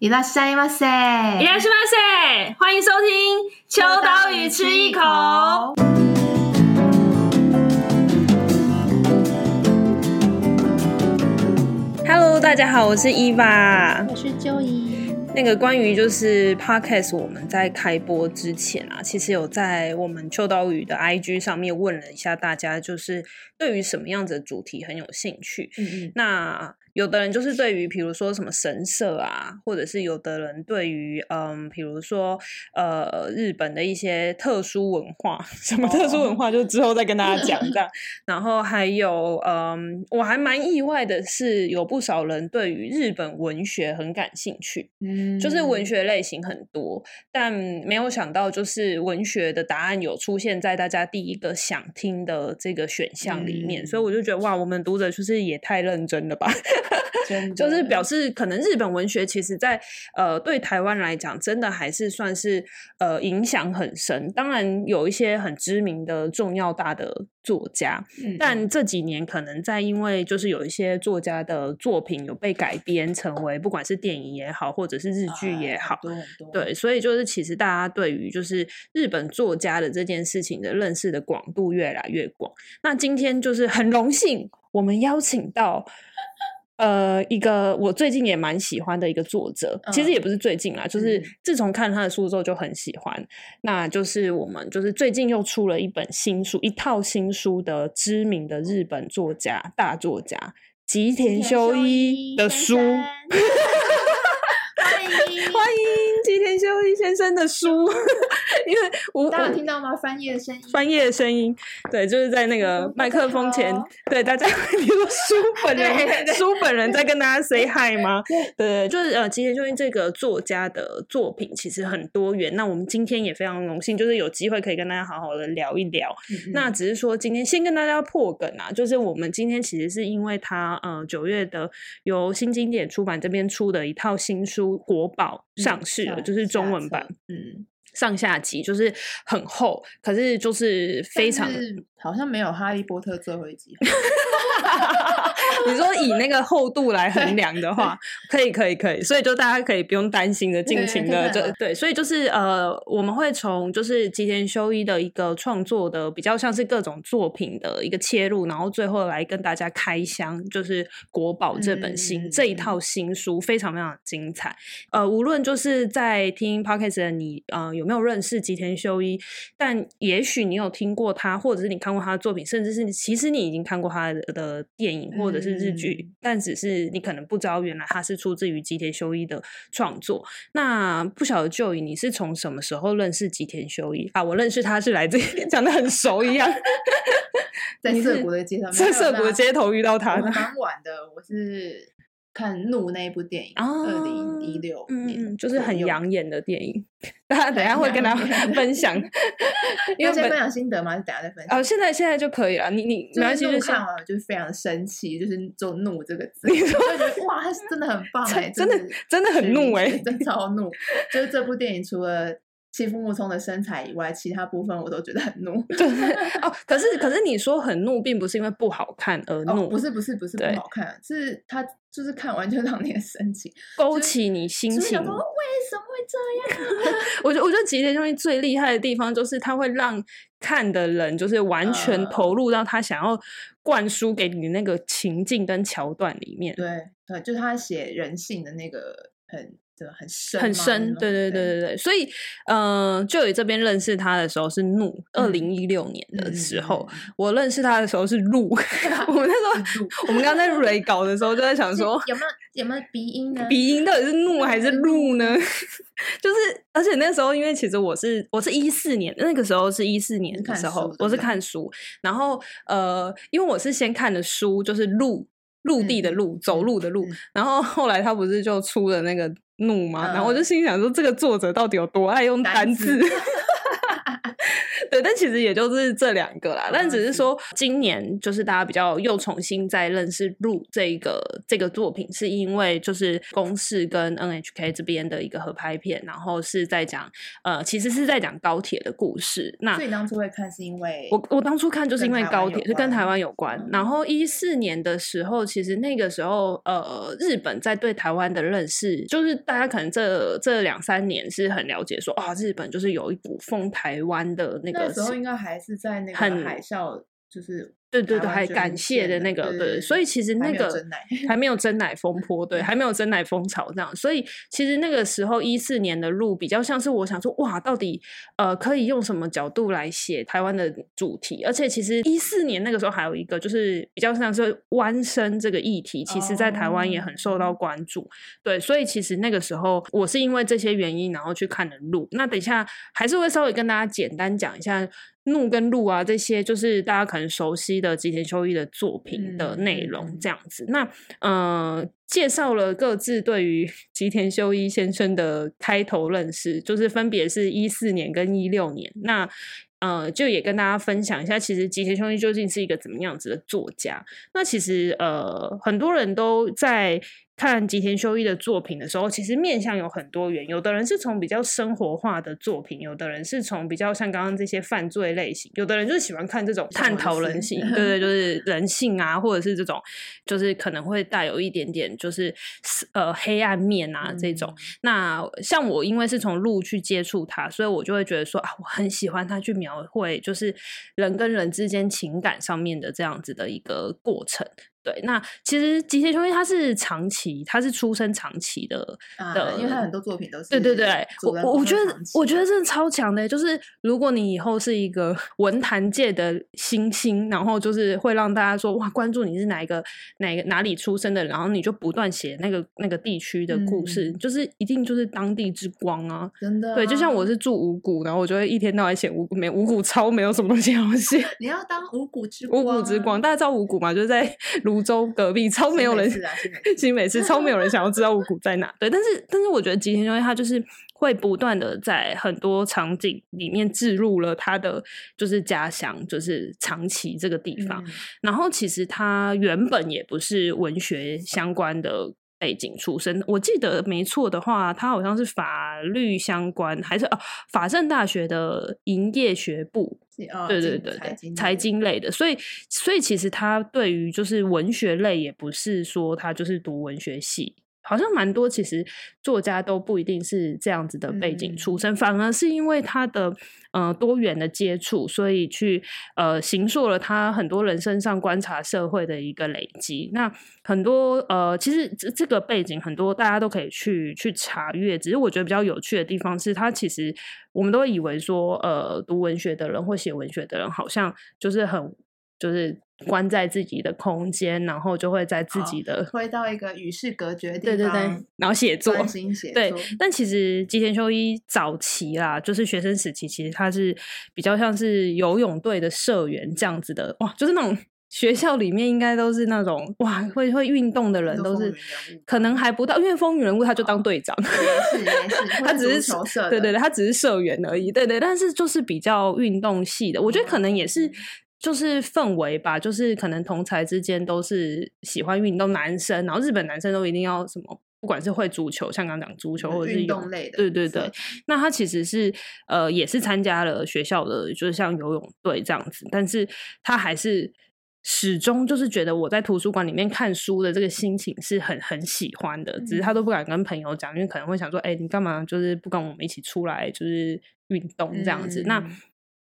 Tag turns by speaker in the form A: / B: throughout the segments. A: 伊拉西马塞，
B: 伊来是万岁！欢迎收听《秋刀鱼吃一口》。Hello，大家好，我是伊娃。
A: 我是周怡，
B: 那个关于就是 podcast，我们在开播之前啊，其实有在我们秋刀鱼的 IG 上面问了一下大家，就是对于什么样子的主题很有兴趣。
A: 嗯嗯，
B: 那有的人就是对于，比如说什么神社啊，或者是有的人对于，嗯，比如说呃，日本的一些特殊文化， 什么特殊文
A: 哦
B: 化，就之后再跟大家讲 这样。然后还有，嗯，我还蛮意外的是，有不少人对于日本文学很感兴趣，
A: 嗯
B: 就是文学类型很多，但没有想到就是文学的答案有出现在大家第一个想听的这个选项里面，
A: 嗯
B: 所以我就觉得哇，我们读者就是也太认真了吧。
A: 真的
B: 就是表示可能日本文学其实在呃对台湾来讲，真的还是算是呃影响很深。当然有一些很知名的重要大的作家，
A: 嗯
B: 但这几年可能在因为就是有一些作家的作品有被改编成为不管是电影也好，或者是日剧也好。
A: 啊很多很多，
B: 对，所以就是其实大家对于就是日本作家的这件事情的认识的广度越来越广。那今天就是很荣幸，我们邀请到呃一个我最近也蛮喜欢的一个作者，其实也不是最近啦，就是
A: 嗯
B: 自从看他的书之后就很喜欢。那就是我们就是最近又出了一本新书，一套新书的知名的日本作家大作家吉田修一的书。
A: 欢迎，
B: 欢迎吉田修一先生的书， 因为我
A: 大家有
B: 我
A: 听到吗？翻页的声音，
B: 翻页的声音，对，就是在那个麦克风前
A: 大家好，
B: 对大家，你说书本
A: 对对
B: 人，
A: 对
B: 书本人在跟大家 say hi 吗？对，就是呃，吉田修一这个作家的作品其实很多元，那我们今天也非常荣幸，就是有机会可以跟大家好好的聊一聊。
A: 嗯
B: 那只是说今天先跟大家破梗啊，就是我们今天其实是因为他呃九月的由新经典出版这边出的一套新书《国宝》上市了，就是中文版，
A: 嗯，
B: 上下集，就是很厚，可是就是非常。
A: 但是好像没有《哈利波特》最后一集，
B: 你说以那个厚度来衡量的话，可以，可以，可以，所以就大家可以不用担心的，尽情的
A: 对
B: 就对，所以就是呃，我们会从就是吉田修一的一个创作的比较像是各种作品的一个切入，然后最后来跟大家开箱，就是《国宝》这本新、
A: 嗯
B: 这一套新书非常非常精彩。呃，无论就是在听 podcast 的你，呃，有没有认识吉田修一？但也许你有听过他，或者是你看过他的作品，甚至是你其实你已经看过他的的电影或者是日
A: 嗯
B: 剧，但只是你可能不知道原来他是出自于吉田修一的创作。那不晓得就以你是从什么时候认识吉田修一啊？我认识他是来自于讲的很熟 一样，
A: 在
B: 你是
A: 涩谷的街上，
B: 在涩谷的街头遇到
A: 我
B: 他 的
A: 还。蛮晚的，我是看《怒》那一部电影，
B: 啊
A: 二零一六
B: 嗯
A: 年左右，
B: 嗯，就是很养眼的电影， 大家等一下会跟他
A: 很养眼
B: 分享，因
A: 要
B: 为
A: 先
B: 本
A: 分享心得吗？还是等下再分享？
B: 哦，现在现在就可以了。你你没关系，
A: 就是
B: 就
A: 怒
B: 先
A: 看完我就非常生气，就是就怒这个字，我就觉得哇，他是真的很棒哎、
B: 真的
A: 是
B: 真的很怒哎、
A: 对真的超怒。就是这部电影除了欺负木聪的身材以外，其他部分我都觉得很怒。
B: 哦，可是可是你说很怒，并不是因为不好看而怒，
A: 哦，不是不是不是不
B: 对
A: 好看，是他就是看完就让你很生气，
B: 勾
A: 是
B: 起你心
A: 就是
B: 情
A: 想。说为什么会这样？
B: 我觉得我觉得极限兄弟最厉害的地方，就是他会让看的人就是完全
A: 呃
B: 投入到他想要灌输给你的那个情境跟桥段里面。
A: 对对，就是他写人性的那个很怎么很深
B: 很
A: 嘛
B: 深，
A: 那种
B: 对对对对对，所以，呃，就以这边认识他的时候是怒，二零一六年的时候，，
A: 嗯嗯嗯嗯嗯
B: 我认识他的时候是怒， 我们那时候，
A: 是 怒
B: 我们刚刚在蕊稿的时候就在想
A: 是
B: 说，
A: 有没有有没有鼻音呢？啊
B: 鼻音到底是怒还是怒呢？ 就是，而且那时候，因为其实我是我是一四年，那个时候是一四年的时候
A: 你是看书，
B: 我
A: 对
B: 是
A: 不对
B: 看书，然后呃，因为我是先看的书，就是陆陆地的陆，走路的路，
A: 嗯
B: 然后后来他不是就出了那个怒吗？然后我就
A: 嗯
B: 心想说，这个作者到底有多爱用
A: 单
B: 单
A: 字
B: 字？ 对，但其实也就是这两个啦。但只是说，今年就是大家比较又重新再认识《路》这个这个作品，是因为就是公视跟 NHK 这边的一个合拍片，然后是在讲呃，其实是在讲高铁的故事。那
A: 所以当初会看是因为
B: 啊我我当初看就是因为
A: 跟台湾
B: 高铁
A: 有
B: 是
A: 关
B: 跟台湾有关
A: 嗯，
B: 然后一四年的时候，其实那个时候呃，日本在对台湾的认识，就是大家可能这这两三年是很了解说啊，日本就是有一股封台湾的那个
A: 那时候
B: 是
A: 应该还是在那个
B: 很
A: 海啸，就是
B: 对对
A: 台
B: 对，
A: 湾
B: 还
A: 捐
B: 感谢
A: 献
B: 的
A: 的
B: 那个
A: 对对对
B: 所以其实
A: 还
B: 那
A: 没有
B: 个
A: 真奶嗯
B: 还没有真奶风波，对，还没有真奶风潮这样，所以其实那个时候一四年的路比较像是我想说，哇，到底呃可以用什么角度来写台湾的主题？而且其实一四年那个时候还有一个就是比较像是弯身这个议题，其实在台湾也很受到
A: 哦
B: 关注，对，所以其实那个时候我是因为这些原因，然后去看的路。那等一下还是会稍微跟大家简单讲一下怒跟路啊这些，就是大家可能熟悉的吉田修一的作品的
A: 嗯
B: 内
A: 嗯
B: 容
A: 嗯
B: 这样子。那呃，介绍了各自对于吉田修一先生的开头认识，就是分别是一四年跟一六年。那呃，就也跟大家分享一下，其实吉田修一究竟是一个怎么样子的作家。那其实呃，很多人都在看吉田修一的作品的时候，其实面向有很多元，有的人是从比较生活化的作品，有的人是从比较像刚刚这些犯罪类型，有的人就喜欢看这种
A: 像
B: 探
A: 我
B: 讨
A: 是
B: 人性， 对对，就是人性啊，或者是这种就是可能会带有一点点就是呃黑暗面啊这种。那像我，因为是从路去接触他，所以我就会觉得说啊，我很喜欢他去描绘，就是人跟人之间情感上面的这样子的一个过程。对，那其实吉田兄弟他是长期，他是出身长期的，
A: 啊
B: 的，
A: 因为他很多作品都是
B: 对对对，我
A: 主人
B: 我我
A: 公
B: 觉
A: 的
B: 得
A: 长期
B: 我觉得真的超强的欸，就是如果你以后是一个 文坛界的新星，然后就是会让大家说哇，关注你是哪一个哪一个哪里出生的，然后你就不断写那个那个地区的故事，
A: 嗯
B: 就是一定就是当地之光啊。
A: 真的
B: 对，就像
A: 啊
B: 我是住五谷，然后我就会一天到晚写五谷，没五谷超没有什么东西好 写。
A: 你要当五谷之
B: 五谷之
A: 啊
B: 光，，大家知道五谷嘛？就是在 泸州隔壁，超
A: 新
B: 没有
A: 北
B: 人
A: 市啊新 北市
B: 新北市超没有人想要知道五谷在哪。 对，但是但是我觉得吉田修一他就是会不断的在很多场景里面置入了他的就是家乡，就是长崎这个地方。
A: 嗯
B: 然后其实他原本也不是文学相关的背景出身，我记得没错的话，他好像是法律相关，还是哦法政大学的营业学部，
A: 是哦
B: 对对
A: 经
B: 对
A: 财
B: 对，
A: 经
B: 财
A: 类
B: 经类的，所以所以其实他对于就是文学类，也不是说他就是读文学系，好像蛮多其实作家都不一定是这样子的背
A: 嗯
B: 景出身，反而是因为他的呃多元的接触，所以去呃形塑了他很多人身上观察社会的一个累积。那很多呃，其实这这个背景很多大家都可以去去查阅。只是我觉得比较有趣的地方是，它其实我们都会以为说，呃，读文学的人或写文学的人，好像就是很就是关在自己的空间，然后就会在自
A: 哦
B: 己的、
A: 推到一个与世隔绝的地
B: 对
A: 方，
B: 对对，然后写作
A: 专心写
B: 对
A: 作，
B: 但其实吉田修一早期啦，就是学生时期，其实他是比较像是游泳队的社员这样子的，哇，就是那种学校里面应该都是那种哇会会运动的人，
A: 都
B: 都
A: 风
B: 是
A: 云人物
B: 可能还不到，因为风云人物他就当队长。
A: 也 是也是，或
B: 他只是
A: 足球社
B: 对对
A: 的
B: 对，他只是社员而已，对对，但是就是比较运动系的，我觉得可能也是
A: 嗯
B: 就是氛围吧，就是可能同才之间都是喜欢运动，男生，然后日本男生都一定要什么，不管是会足球，像刚刚讲足球或者是
A: 运
B: 游
A: 动类的，
B: 对对对，那他其实是呃也是参加了学校的，就是像游泳队这样子，但是他还是始终就是觉得我在图书馆里面看书的这个心情是很很喜欢的，只是他都不敢跟朋友讲，因为可能会想说，哎、你干嘛就是不跟我们一起出来就是运动这样子？那
A: 嗯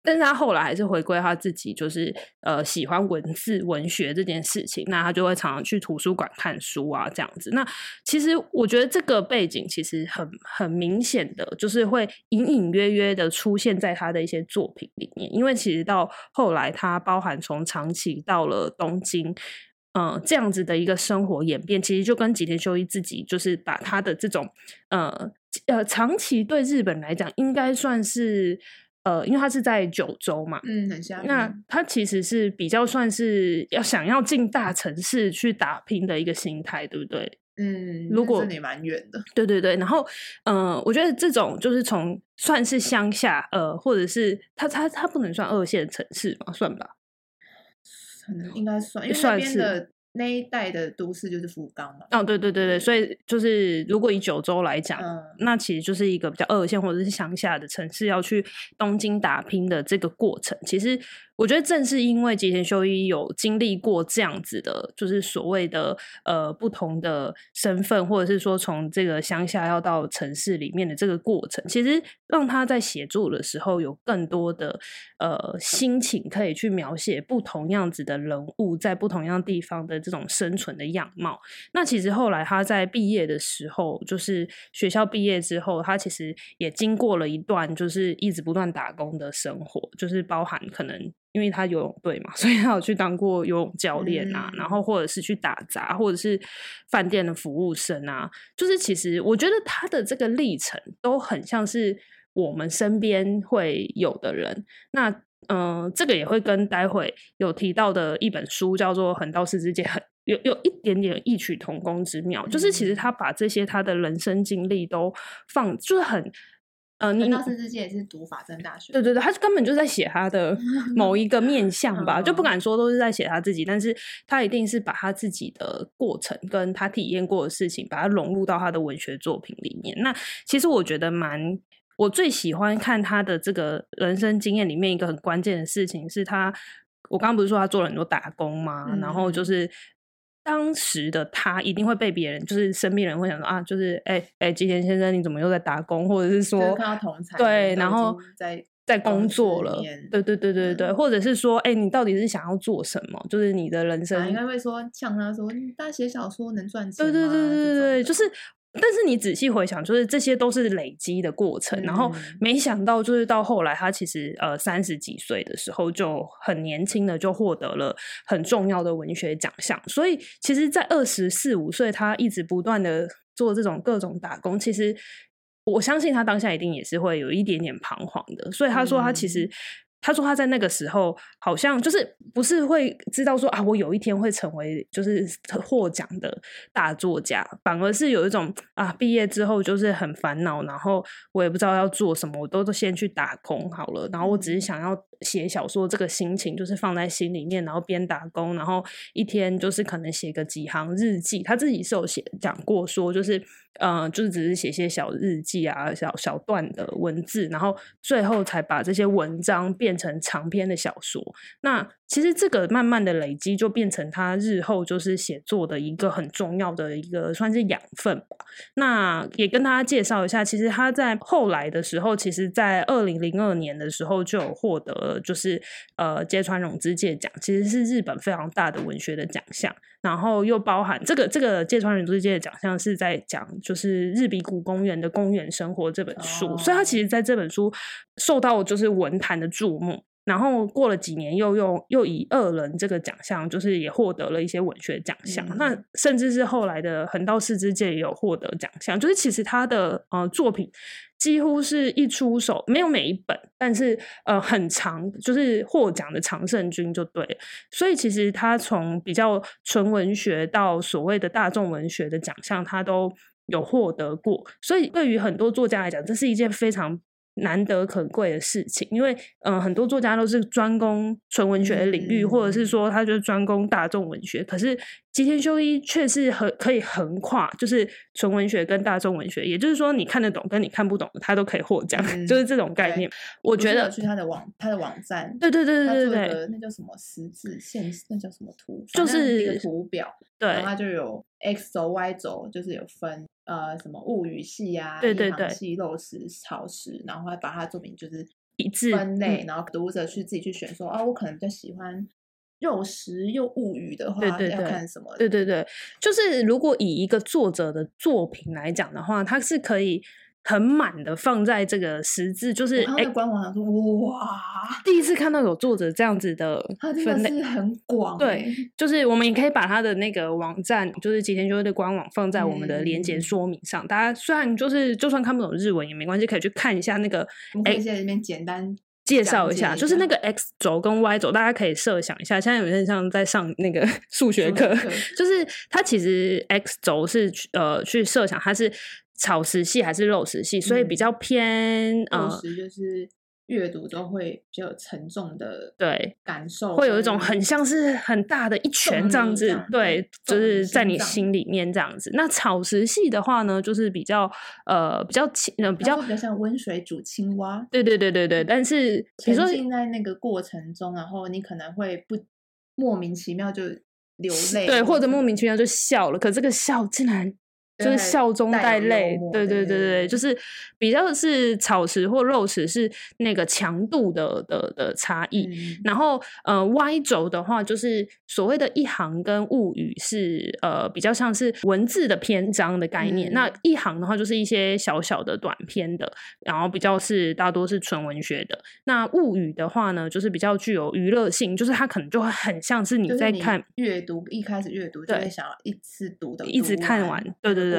B: 但是他后来还是回归他自己，就是呃喜欢文字文学这件事情，那他就会常常去图书馆看书啊这样子。那其实我觉得这个背景其实很很明显的，就是会隐隐约约的出现在他的一些作品里面，因为其实到后来他包含从长崎到了东京。呃，这样子的一个生活演变，其实就跟吉田修一自己就是把他的这种呃呃长崎对日本来讲，应该算是呃，因为他是在九州嘛，
A: 嗯，很像
B: 那
A: 嗯
B: 他其实是比较算是要想要进大城市去打拼的一个心态，对不对？
A: 嗯，
B: 如
A: 那
B: 果
A: 真的也蛮远的，
B: 对对对，然后嗯、呃我觉得这种就是从算是乡下，呃，或者是它它它不能算二线城市嘛，算吧。
A: 可能应该算，因为那
B: 算
A: 边
B: 是
A: 的那一带的都市就是福冈嘛，
B: 哦，对对对对，所以就是如果以九州来讲，
A: 嗯，
B: 那其实就是一个比较二线或者是乡下的城市要去东京打拼的这个过程。其实我觉得正是因为吉田修一有经历过这样子的，就是所谓的呃不同的身份，或者是说从这个乡下要到城市里面的这个过程，其实让他在写作的时候有更多的呃心情可以去描写不同样子的人物在不同样地方的这种生存的样貌。那其实后来他在毕业的时候，就是学校毕业之后，他其实也经过了一段就是一直不断打工的生活，就是包含可能因为他游泳队嘛， 所以他有去当过游泳教练啊，然后或者是去打杂，或者是饭店的服务生啊，就是其实我觉得他的这个历程都很像是我们身边会有的人，那。嗯、呃，这个也会跟待会有提到的一本书叫做《横道世之介》很有有一点点异曲同工之妙，就是其实
A: 嗯
B: 他把这些他的人生经历都放，就是很呃，你
A: 那当时之前也是读法政大学，
B: 对对对，他就根本就在写他的 某一个面相吧，就不
A: 嗯
B: 敢说都是在写他自己，但是他一定是把他自己的过程跟他体验过的事情，把它融入到他的文学作品里面。那其实我觉得蛮。我最喜欢看他的这个人生经验里面一个很关键的事情是他，我刚刚不是说他做了很多打工嘛，然后就
A: 嗯
B: 是当时的他一定会被别人，就是身边人会想说啊，就是哎哎，吉田先生你怎么又在打工，或者是
A: 就是
B: 说
A: 看到同才
B: 对，
A: 都
B: 然
A: 已
B: 后
A: 经在
B: 在
A: 公
B: 工
A: 司
B: 作
A: 里
B: 了
A: 面，
B: 对对对对对，
A: 嗯
B: 或者是说，哎、你到底是想要做什么？就是你的人生，
A: 啊应该会说像他说，你大写小说能赚钱
B: 对
A: 吗？
B: 对对对
A: 这种
B: 对，
A: 的
B: 就是。但是你仔细回想，就是这些都是累积的过程，然后
A: 嗯
B: 没想到就是到后来，他其实呃三十几岁的时候就很年轻的就获得了很重要的文学奖项，所以其实，在二十四五岁，他一直不断的做这种各种打工，其实我相信他当下一定也是会有一点点彷徨的，所以他说他其实。
A: 嗯
B: 他说他在那个时候好像就是不是会知道说啊，我有一天会成为就是获奖的大作家，反而是有一种啊，毕业之后就是很烦恼，然后我也不知道要做什么，我都都先去打工好了，然后我只是
A: 嗯
B: 想要写小说，这个心情就是放在心里面，然后边打工，然后一天就是可能写个几行日记，他自己是有写讲过说就是。呃，就是只是写些小日记啊、小小段的文字，然后最后才把这些文章变成长篇的小说。那其实这个慢慢的累积，就变成他日后就是写作的一个很重要的一个算是养分吧。那也跟大家介绍一下，其实他在后来的时候，其实，在二零零二年的时候就有获得就是呃芥川荣之介奖，其实是日本非常大的文学的奖项。然后又包含这个这个芥川龙之介的奖项是在讲就是日比谷公园的公园生活这本书，所以他其实在这本书受到就是文坛的注目。然后过了几年，又用又以二人这个奖项，就是也获得了一些文学奖项。
A: 嗯
B: 那甚至是后来的横道世之介也有获得奖项。就是其实他的呃作品几乎是一出手，没有每一本，但是呃很长，就是获奖的常胜军就对了。所以其实他从比较纯文学到所谓的大众文学的奖项，他都有获得过。所以对于很多作家来讲，这是一件非常难得可贵的事情，因为嗯、呃很多作家都是专攻纯文学的领域，或者是
A: 嗯
B: 说他就是专攻大众文学。可是吉田修一却是很可以横跨，就是纯文学跟大众文学，也就是说你看得懂跟你看不懂的，他都可以获奖，
A: 嗯
B: 就是这种概
A: 对
B: 念。我
A: 不
B: 觉
A: 是有
B: 得。
A: 去他的网他的网站，
B: 对对对
A: 他
B: 对
A: 做
B: 对
A: 一
B: 对
A: 个那叫什么十字线，那叫什么图，
B: 就
A: 反正一
B: 是
A: 个图表，然
B: 对
A: 后，它就有 X 轴、Y 轴，就是有分呃什么物语系啊、
B: 对
A: 夜
B: 对
A: 航
B: 对
A: 系、肉食、草食，然后还把它作品就是
B: 一致
A: 分类，
B: 嗯
A: 然后读者去自己去选说，啊，我可能比较喜欢肉食又物语的话，
B: 对对对
A: 要看什么？
B: 对对对，就是如果以一个作者的作品来讲的话，它是可以很满的放在这个十字，就是
A: 我看
B: 哎、
A: 到那官网上说，哇，
B: 第一次看到有作者这样子的
A: 它真
B: 分
A: 的
B: 类。
A: 啊是很广欸，
B: 对就是我们也可以把他的那个网站，就是吉田修一的官网放在我们的连接
A: 嗯
B: 说明上。大家虽然就是就算看不懂日文也没关系，可以去看一下那个
A: 我们可以在里面简单
B: 哎介绍一
A: 讲
B: 下，
A: 解一
B: 就是那
A: 下
B: 个 x 轴跟 y 轴，大家可以设想一下，现在有点像在上那个 数学课，就是它其实 x 轴是去呃去设想它是草食系还是肉食系，所以
A: 嗯
B: 比较偏、
A: 有
B: 呃
A: 时就是阅读都会比较有沉重的
B: 对，
A: 感受，
B: 会有一种很像是很大的一拳
A: 重力这
B: 这样子
A: 样，
B: 对，
A: 重
B: 就
A: 你
B: 是
A: 心
B: 在你
A: 脏
B: 心里面这样子。那草食系的话呢，就是比较呃比较轻，呃比
A: 比较
B: 较
A: 比较像温水煮青蛙。
B: 对对对对对，但是比
A: 沉
B: 如说
A: 浸在那个过程中，然后你可能会不莫名其妙就流泪，
B: 对，或者
A: 什
B: 莫
A: 么
B: 名其妙就笑了，可这个笑竟然就
A: 就是还
B: 笑中
A: 带
B: 带
A: 有幽
B: 泪，
A: 默
B: 对
A: 的
B: 对
A: 那
B: 对对，
A: 种
B: 就是比较是草食或肉食是那个强度的的的差异。
A: 嗯
B: 然后呃，Y 轴的话，就是所谓的一行跟物语是呃比较像是文字的篇章的概念。那
A: 嗯
B: 一行的话，就是一些小小的短篇的，然后比较是大多是纯文学的。那物语的话呢，就是比较具有娱乐性，就是它可能就会很像是你
A: 就是
B: 在
A: 你
B: 看。
A: 阅读，一开始阅读就
B: 对
A: 会想要一次读的，
B: 一直看完对对对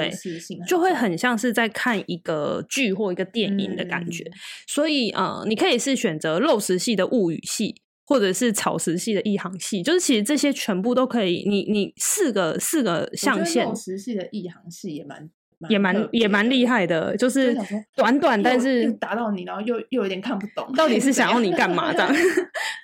B: 就会很像是在看一个剧或一个电影的感
A: 嗯
B: 觉，。所以呃，你可以是选择肉食系的物语系，或者是草食系的一行系，就是其实这些全部都可以，你你四个四个象限
A: 实系的意行系也蛮
B: 也蛮
A: 特别
B: 也蛮
A: 的
B: 厉害的，就
A: 就是想说
B: 短短，但
A: 又又
B: 是
A: 打到你，然后又又有点看不懂，
B: 到底是
A: 怎
B: 想要
A: 样？
B: 你干嘛这样？
A: 啊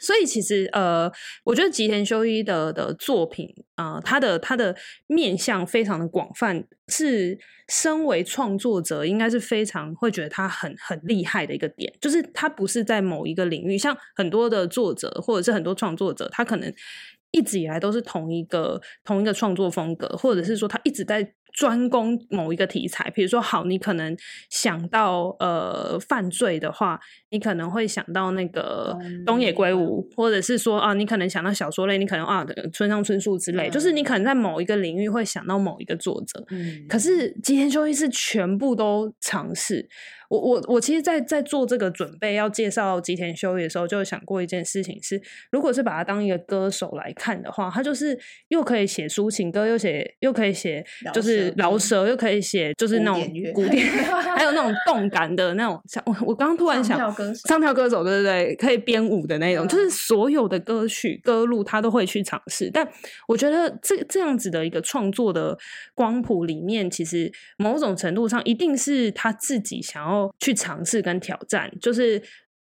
B: 所以其实呃，我觉得吉田修一的的作品啊、呃，他的他的面向非常的广泛，是身为创作者应该是非常会觉得他很很厉害的一个点，就是他不是在某一个领域，像很多的作者或者是很多创作者，他可能。一直以来都是同一个同一个创作风格，或者是说他一直在专攻某一个题材。比如说，好，你可能想到呃犯罪的话，你可能会想到那个
A: 东
B: 东野
A: 野
B: 圭
A: 圭
B: 吾，或者是说啊，你可能想到小说类，你可能啊村上春树之类，就是你可能在某一个领域会想到某一个作者。
A: 嗯
B: 可是吉田修一是全部都尝试。我我我其实在，在做这个准备要介绍吉田修一的时候，就有想过一件事情是，如果是把他当一个歌手来看的话，他就是又可以写抒情歌，又写又可以写
A: 饶
B: 就是
A: 舌
B: 饶
A: 歌
B: 舌，又可以写就是
A: 古
B: 那种
A: 典乐
B: 古典，还有那种动感的那种。像我我刚刚突然
A: 唱
B: 想，
A: 跳歌手
B: 唱跳歌手，对对对，可以编舞的那种，就是
A: 嗯
B: 所有的歌曲歌路他都会去尝试。但我觉得这这样子的一个创作的光谱里面，其实某种程度上一定是他自己想要去尝试跟挑战，就是。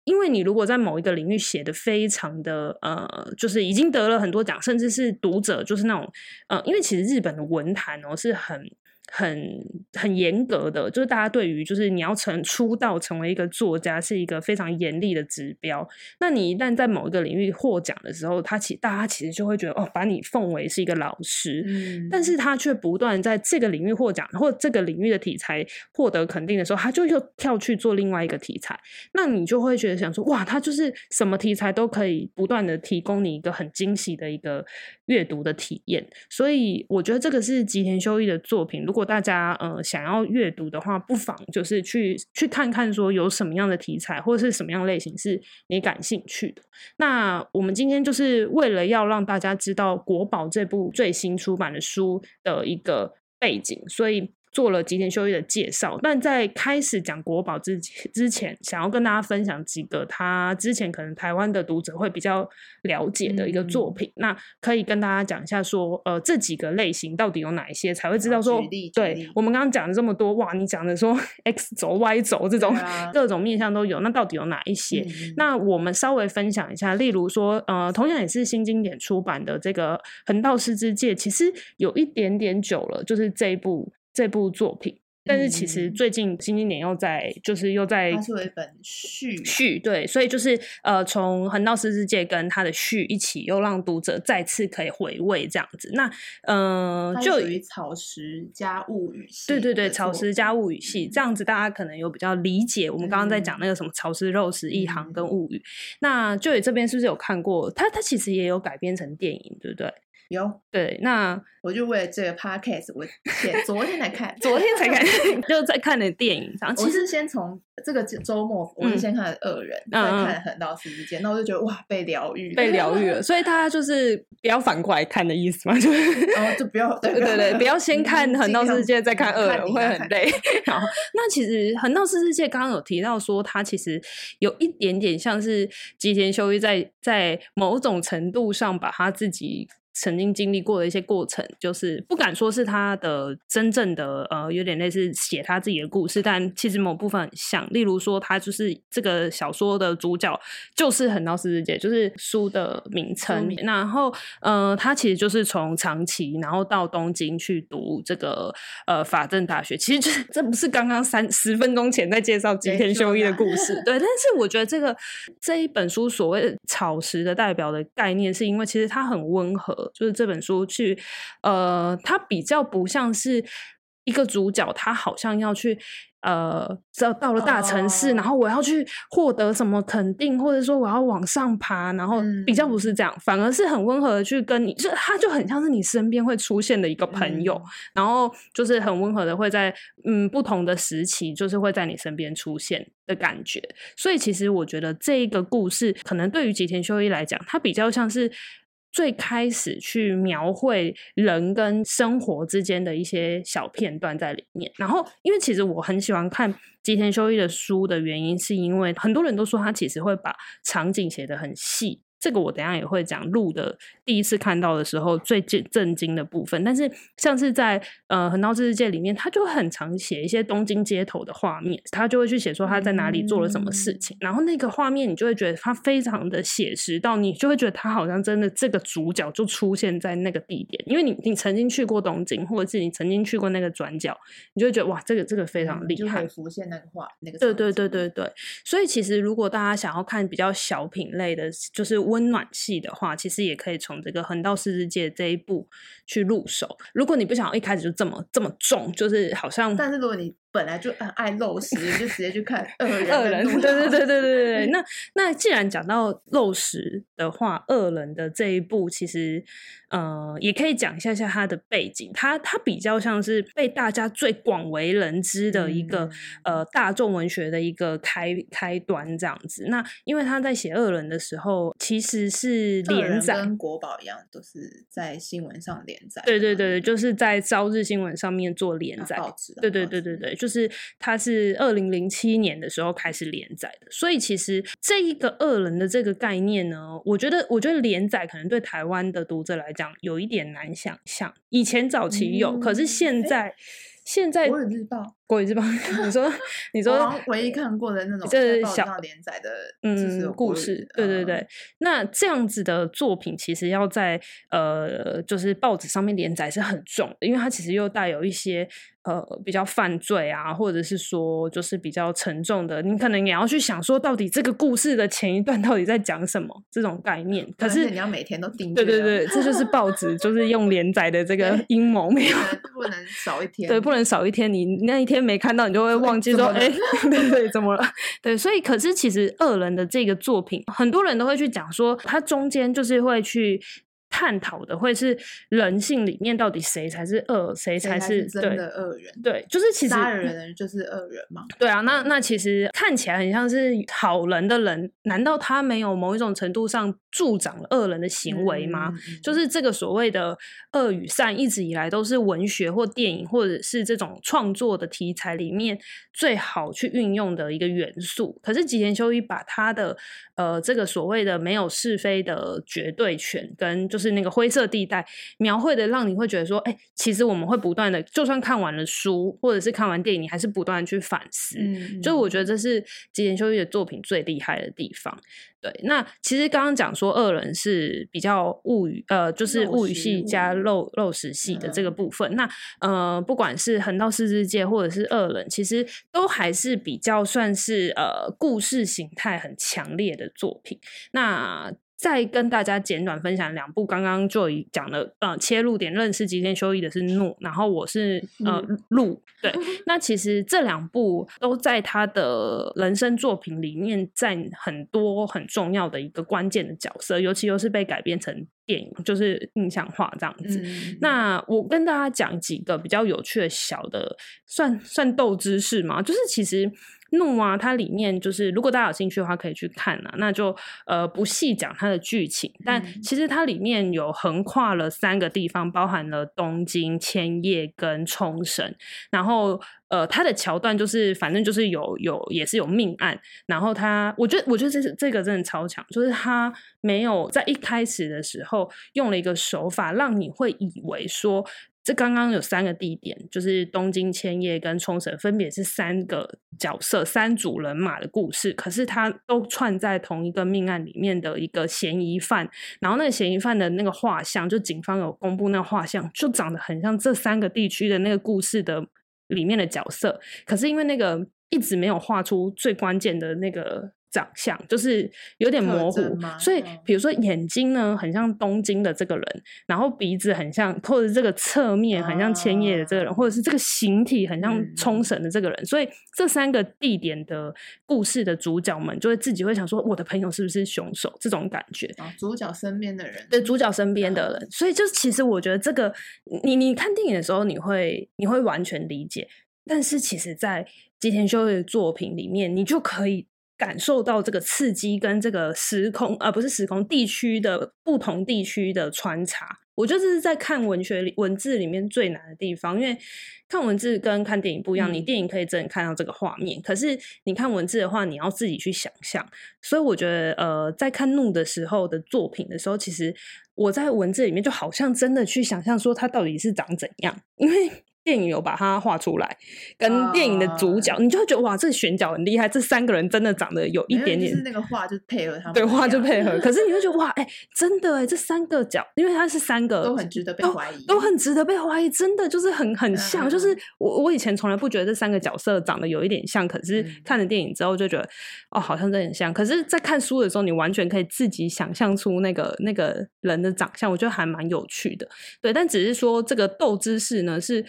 B: 因为你如果在某一个领域写的非常的呃，就是已经得了很多奖，甚至是读者就是那种呃，因为其实日本的文坛哦是很很很严格的，就是大家对于就是你要成出道成为一个作家是一个非常严厉的指标。那你一旦在某一个领域获奖的时候，他其大家其实就会觉得哦，把你奉为是一个老师。
A: 嗯
B: 但是他却不断在这个领域获奖，或这个领域的题材获得肯定的时候，他就又跳去做另外一个题材，那你就会觉得想说，哇，他就是什么题材都可以不断的提供你一个很惊喜的一个阅读的体验。所以我觉得这个是吉田修一的作品，如果大家呃想要阅读的话，不妨就是去去看看说有什么样的题材或者是什么样类型是你感兴趣的。那我们今天就是为了要让大家知道《国宝》这部最新出版的书的一个背景，所以做了吉田修一的介绍。但在开始讲《国宝》之前之前，想要跟大家分享几个他之前可能台湾的读者会比较了解的一个作
A: 嗯
B: 品。那可以跟大家讲一下说，呃，这几个类型到底有哪一些，才会知
A: 好
B: 道说
A: 举例，举
B: 对
A: 例
B: 我们刚刚讲了这么多，哇，你讲的说 X 轴、Y 轴这种、
A: 对啊
B: 各种面向都有，那到底有哪一些？
A: 嗯
B: 那我们稍微分享一下，例如说，呃，同样也是新经典出版的这个《横道世之介》，其实有一点点久了，就是这一部这部作品。但是其实
A: 嗯
B: 最近新经典又在，就是又在
A: 它是有一本 序，
B: 续对，所以就是呃，从《横道世之介》跟他的续一起，又让读者再次可以回味这样子。那呃，
A: 它
B: 就是
A: 属于草食加物语系，
B: 对对对，草食加物语系
A: 嗯
B: 这样子，大家可能有比较理解。我们刚刚在讲那个什么草食肉食一行跟物语，那就宇这边是不是有看过？它它其实也有改编成电影，对不对？
A: 有，
B: 对，那
A: 我就为了这个 podcast，我前昨天才看
B: ，昨天才看， 就在看的电影上，
A: 我
B: 其实
A: 是先从这个周末，我是先看了《恶人》
B: 嗯嗯
A: 再看《横道世之间》，那我就觉得哇，被疗愈，
B: 被疗愈，了，所以大家就是 不要反过来看的意思 嘛，就是。
A: 然哦后就不要对
B: 对对 对，不要先看《横道世界》，再看《恶人》
A: 嗯
B: 会。
A: 嗯尽量看
B: 很
A: 你
B: 累。 好，那其实《横道世界》刚刚有提到说，它其实有一点点像是吉田修一在在某种程度上把他自己。曾经经历过的一些过程，就是不敢说是他的真正的呃，有点类似写他自己的故事，但其实某部分很像。例如说，他就是这个小说的主角，就是《横道世界》，就是书的名称。
A: 名
B: 然后呃，他其实就是从长崎，然后到东京去读这个呃法政大学。其实就是这不是刚刚三十分钟前在介绍吉
A: 没
B: 田
A: 错
B: 修一 的
A: 啦
B: 故事，对。但是我觉得这个这一本书所谓草食的代表的概念，是因为其实它很温和，就是这本书去呃，它比较不像是一个主角，他好像要去。呃，到到了大城市，然
A: 哦
B: 后我要去获得什么肯定，或者说我要往上爬，然后比较不
A: 嗯
B: 是这样，反而是很温和的去跟你，就他就很像是你身边会出现的一个朋友，
A: 嗯
B: 然后就是很温和的会在嗯不同的时期，就是会在你身边出现的感觉。所以其实我觉得这一个故事，可能对于吉田修一来讲，它比较像是。最开始去描绘人跟生活之间的一些小片段在里面，然后因为其实我很喜欢看吉田修一的书的原因，是因为很多人都说他其实会把场景写得很细，这个我等一下也会讲录的第一次看到的时候最震震惊的部分，但是像是在呃《横道世界》里面，他就很常写一些东京街头的画面，他就会去写说他在哪里做了什
A: 嗯
B: 么事情，然后那个画面你就会觉得他非常的写实，到你就会觉得他好像真的这个主角就出现在那个地点，因为你你曾经去过东京，或者是你曾经去过那个转角，你就会觉得哇，这个这个非常
A: 嗯
B: 厉
A: 就
B: 害
A: 可以，浮现那个画那个。嗯
B: 对对对，对对，所以其实如果大家想要看比较小品类的，就是温暖系的话，其实也可以从这个《横道世之介》这一部去入手。如果你不想要一开始就这么这么重，就是好像
A: 但是如果你本来就很爱漏食，你就直接去 看《恶人》
B: 恶
A: 跟
B: 人，
A: 怒
B: 对对
A: 狼
B: 对对对对 对。那那既然讲到肉食的话，恶人的这一部其实，呃，也可以讲一下下它的背景。它它比较像是被大家最广为人知的一个、
A: 嗯
B: 呃大众文学的一个开开端这样子。那因为他在写恶人的时候，其实是
A: 恶
B: 连
A: 人
B: 载。
A: 跟国宝一样，都是在新闻上连载的嘛。
B: 对对对对，就是在《朝日新闻》上面做连
A: 啊
B: 载，
A: 报纸啊，
B: 对对
A: 报
B: 对
A: 纸
B: 对对，就是它是二零零七年的时候开始连载的，所以其实这一个恶人的这个概念呢，我觉得我觉得连载可能对台湾的读者来讲有一点难想象，以前早期有，可是
A: 嗯
B: 现
A: 诶
B: 在现在
A: 国语日报
B: 国语日报， 你说你
A: 我
B: 说
A: 好像唯一看过的那种
B: 就
A: 在
B: 是
A: 报纸
B: 小
A: 上连载的，就是有
B: 嗯，故
A: 国语
B: 事，
A: 的
B: 对对对。，那这样子的作品，其实要在呃，就是报纸上面连载是很重的，因为它其实又带有一些呃比较犯罪啊，或者是说就是比较沉重的，你可能也要去想说，到底这个故事的前一段到底在讲什么这种概念。可
A: 而且
B: 是
A: 你要每天都订
B: 对
A: 阅
B: 对
A: 哦
B: 对，这就是报纸就是用连载的这个
A: 对
B: 阴谋，没有
A: 不能不能少一天，
B: 对，不能少一天。你那一天没看到，你就会忘记
A: 怎
B: 说，
A: 么了
B: 哎、 对对，怎么了？对，所以可是其实恶人的这个作品，很多人都会去讲说，它中间就是会去。探讨的会是人性里面到底谁才是恶，谁
A: 谁
B: 才
A: 才
B: 是
A: 真的恶人。
B: 对对，就是其实
A: 杀人的人就是恶人嘛，
B: 对啊，那那其实看起来很像是好人的人，难道他没有某一种程度上助长了恶人的行为吗？
A: 嗯？嗯
B: 就是这个所谓的恶与善，一直以来都是文学或电影或者是这种创作的题材里面最好去运用的一个元素。可是吉田修一把他的呃这个所谓的没有是非的绝对权跟就是那个灰色地带描绘的，让你会觉得说，哎、其实我们会不断的，就算看完了书或者是看完电影，你还是不断的去反思。
A: 嗯，
B: 就我
A: 得
B: 觉得这是吉田修一的作品最厉害的地方。对，那其实刚刚讲说恶人是比较物语，呃，就是
A: 肉
B: 物语
A: 食
B: 系
A: 物
B: 加
A: 语
B: 肉肉食系的这个
A: 嗯
B: 部分。那呃，不管是横道世之介或者是恶人，其实都还是比较算是呃故事形态很强烈的作品。那再跟大家简短分享两部，刚刚就已讲了，呃，切入点认识吉田修一的是怒，然后我是呃
A: 嗯
B: 鹿，对，那其实这两部都在他的人生作品里面占很多很重要的一个关键的角色，尤其又是被改编成电影，就是印象化这样子。
A: 嗯，
B: 那我跟大家讲几个比较有趣的小的，算算斗知识嘛，就是其实。怒啊，它里面就是，如果大家有兴趣的话，可以去看啊。那就呃不细讲它的剧情，但
A: 嗯
B: 其实它里面有横跨了三个地方，包含了东京、千叶跟冲绳。然后呃，它的桥段就是反正就是有有也是有命案，然后他，我觉得，我觉得这是这个真的超强，就是他没有在一开始的时候用了一个手法，让你会以为说，这刚刚有三个地点，就是东京、千叶跟冲绳，分别是三个角色、三组人马的故事，可是他都串在同一个命案里面的一个嫌疑犯，然后那个嫌疑犯的那个画像，就警方有公布那个画像，就长得很像这三个地区的那个故事的里面的角色，可是因为那个一直没有画出最关键的那个长相，就是有点
A: 特
B: 模糊
A: 征吗，
B: 所以
A: 嗯
B: 比如说眼睛呢，很像东京的这个人，然后鼻子很像，或者这个侧面很像千叶的这个人，或者是这个形体很像
A: 嗯
B: 冲绳的这个人，所以这三个地点的故事的主角们就会自己会想说，我的朋友是不是凶手？这种感觉，
A: 哦主角身边的人，
B: 对主角身边的人，所以就其实我觉得这个，你你看电影的时候，你会你会完全理解，但是其实，在吉田修的作品里面，你就可以感受到这个刺激跟这个时空，呃，不是时空地区的不同地区的穿插。我觉得这是在看文学里文字里面最难的地方，因为看文字跟看电影不一样，你
A: 嗯
B: 电影可以真的看到这个画面，可是你看文字的话，你要自己去想象。所以我觉得，呃，在看怒的时候的作品的时候，其实我在文字里面就好像真的去想象说它到底是长怎样，因为电影有把它画出来，
A: 啊
B: 跟电影的主角，你就会觉得哇，这选角很厉害，这三个人真的长得有一
A: 没有
B: 点
A: 就是
B: 点。
A: 那个画就配合他们，
B: 对，画就配合，可是你会觉得哇，哎、真的哎、这三个角，因为它是三个，
A: 都很值得被
B: 都
A: 怀疑，
B: 都很值得被怀疑，真的就是很很像，就是
A: 嗯
B: 我我以前从来不觉得这三个角色长得有一点像，可是
A: 嗯
B: 看了电影之后就觉得，哦，好像真的很像。可是，在看书的时候，你完全可以自己想象出那个那个人的长相，我觉得还蛮有趣的。对，但只是说这个斗知识呢是。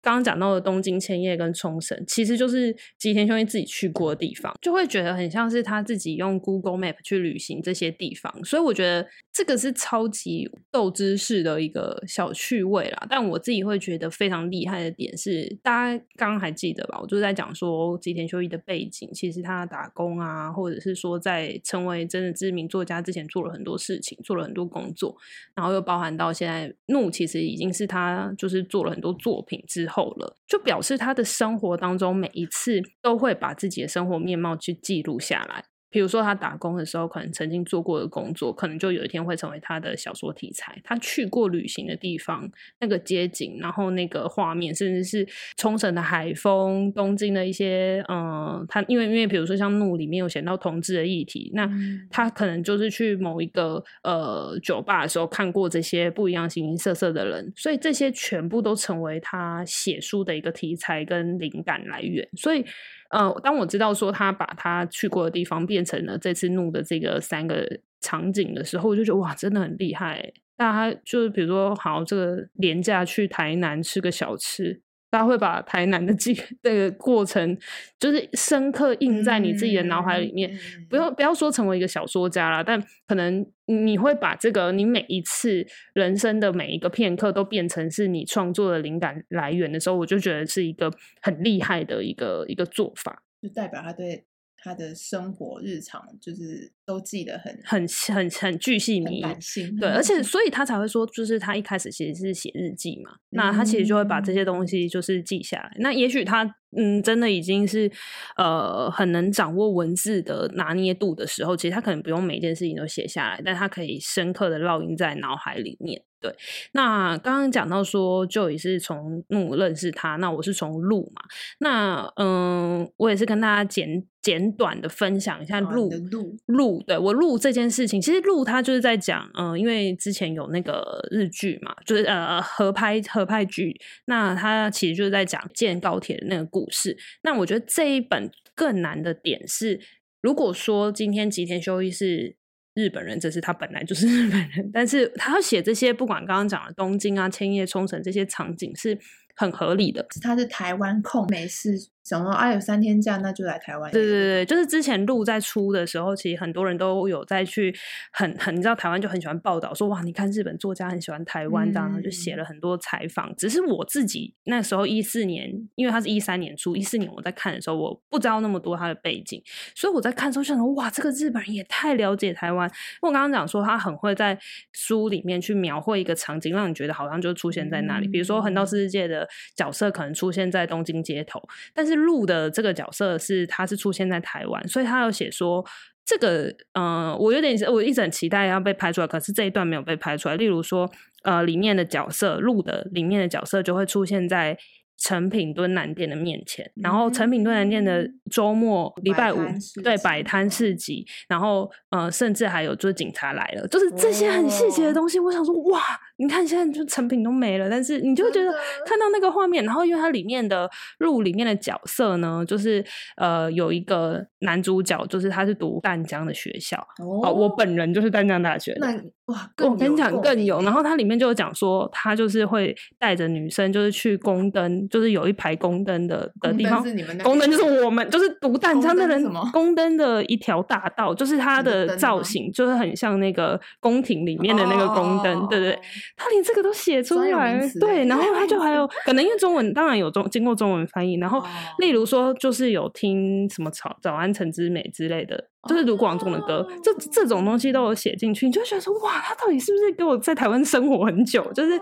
B: 刚刚讲到的东京、千叶跟冲绳，其实就是吉田兄弟自己去过的地方，就会觉得很像是他自己用 Google Map 去旅行这些地方，所以我觉得这个是超级斗知识的一个小趣味啦。但我自己会觉得非常厉害的点是，大家刚刚还记得吧？我就在讲说吉田修一的背景，其实他打工啊，或者是说在成为真的知名作家之前做了很多事情，做了很多工作，然后又包含到现在，怒其实已经是他就是做了很多作品之后了，就表示他的生活当中每一次都会把自己的生活面貌去记录下来。比如说，他打工的时候，可能曾经做过的工作，可能就有一天会成为他的小说题材。他去过旅行的地方，那个街景，然后那个画面，甚至是冲绳的海风、东京的一些，嗯，他因为因为比如说像《怒》里面有写到同志的议题，那
A: 嗯
B: 他可能就是去某一个呃酒吧的时候看过这些不一样形形色色的人，所以这些全部都成为他写书的一个题材跟灵感来源。所以，呃，当我知道说他把他去过的地方变成了这次怒的这个三个场景的时候，我就觉得哇，真的很厉害欸。那他就是比如说，好，这个廉价去台南吃个小吃，他会把台南的这个这个过程，就是深刻印在你自己的脑海里面。
A: 嗯，嗯
B: 不要不要说成为一个小说家啦，但可能你会把这个你每一次人生的每一个片刻都变成是你创作的灵感来源的时候，我就觉得是一个很厉害的一个一个做法，
A: 就代表他对他的生活日常就是都记得很
B: 很很很巨细
A: 很
B: 靡遗
A: 感。性，
B: 对，而且所以他才会说，就是他一开始其实是写日记嘛，那他其实就会把这
A: 嗯
B: 些东西就是记下来。那也许他嗯，真的已经是呃很能掌握文字的拿捏度的时候，其实他可能不用每一件事情都写下来，但他可以深刻的烙印在脑海里面。对，那刚刚讲到说，Joy 是从怒认识他，那我是从路嘛，那嗯，我也是跟大家简简短的分享一
A: 哦
B: 下
A: 你
B: 路、
A: 的路
B: 录，对我录这件事情，其实录它就是在讲，嗯、因为之前有那个日剧嘛，就是呃合拍合拍剧，那它其实就是在讲建高铁的那个故事。那我觉得这一本更难的点是，如果说今天吉田修一是日本人，这是他本来就是日本人，但是他要写这些，不管刚刚讲的东京啊、千叶、冲绳这些场景是很合理的。
A: 他是台湾控，没事想说啊有三天假，那就来台湾。
B: 对对对，就是之前路在出的时候，其实很多人都有在去很很，你知道台湾就很喜欢报道说哇，你看日本作家很喜欢台湾，这样、
A: 嗯
B: 就写了很多采访。只是我自己那时候一四年，因为他是一三年出，一四年我在看的时候，我不知道那么多他的背景，所以我在看的时候就想说哇，这个日本人也太了解台湾。因为我刚刚讲说他很会在书里面去描绘一个场景，让你觉得好像就出现在那里。比如说横道
A: 嗯
B: 世界的角色可能出现在东京街头，但是鹿的这个角色是他是出现在台湾，所以他有写说这个，呃，我有点我一直很期待要被拍出来，可是这一段没有被拍出来。例如说，呃，里面的角色鹿的里面的角色就会出现在。成品敦南店的面前，然后成品敦南店的周末
A: 嗯
B: 礼
A: 摆
B: 拜五
A: 摊市
B: 对
A: 集
B: 摆摊市集，然后呃，甚至还有就是警察来了，就是这些很细节的
A: 哦
B: 东西，我想说哇，你看现在就成品都没了，但是你就会觉
A: 真
B: 得
A: 的
B: 看到那个画面，然后因为它里面的入里面的角色呢，就是呃有一个男主角，就是他是读淡江的学校哦、
A: 哦
B: 我本人就是淡江大学的，
A: 那哇，
B: 我
A: 更
B: 跟你讲
A: 共
B: 更
A: 鸣
B: 有，然后它里面就有讲说，他就是会带着女生，就是去宫灯，就是有一排宫灯的的
A: 宫
B: 地
A: 灯
B: 方
A: 是你们那，
B: 宫
A: 边
B: 灯就是
A: 吗
B: 我们，就是独蛋
A: 宫
B: 江
A: 灯
B: 的
A: 是
B: 人
A: 什么，
B: 宫灯的一条大道，就是它
A: 什么
B: 的
A: 灯
B: 造
A: 吗
B: 型就是很像那个宫廷里面的那个宫灯，对对对，他连这个都写出
A: 哦专有
B: 来
A: 名
B: 了，
A: 词
B: 对，
A: 欸
B: 然后他就还有可能因为中文当然有中经过中文翻译，然后
A: 哦
B: 例如说就是有听什么早早安陈之美之类的，就是卢广仲的歌，这这种东西都有写进去，你就会觉得说哇，他到底是不是给我在台湾生活很久？就是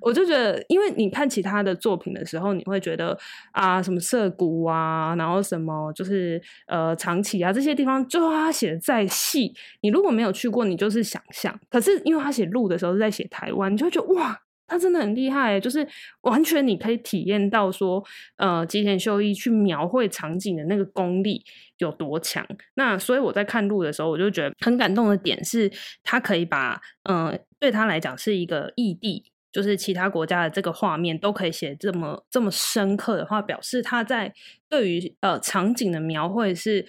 B: 我就觉得，因为你看其他的作品的时候，你会觉得啊，什么涩谷啊，然后什么就是呃长崎啊这些地方，就他写的再细，你如果没有去过，你就是想象。可是因为他写路的时候是在写台湾，你就会觉得哇，他真的很厉害欸，就是完全你可以体验到说，呃，吉田秀一去描绘场景的那个功力有多强。那所以我在看路的时候，我就觉得很感动的点是，他可以把，呃，对他来讲是一个异地。就是其他国家的这个画面都可以写这么这么深刻的话，表示他在对于呃场景的描绘是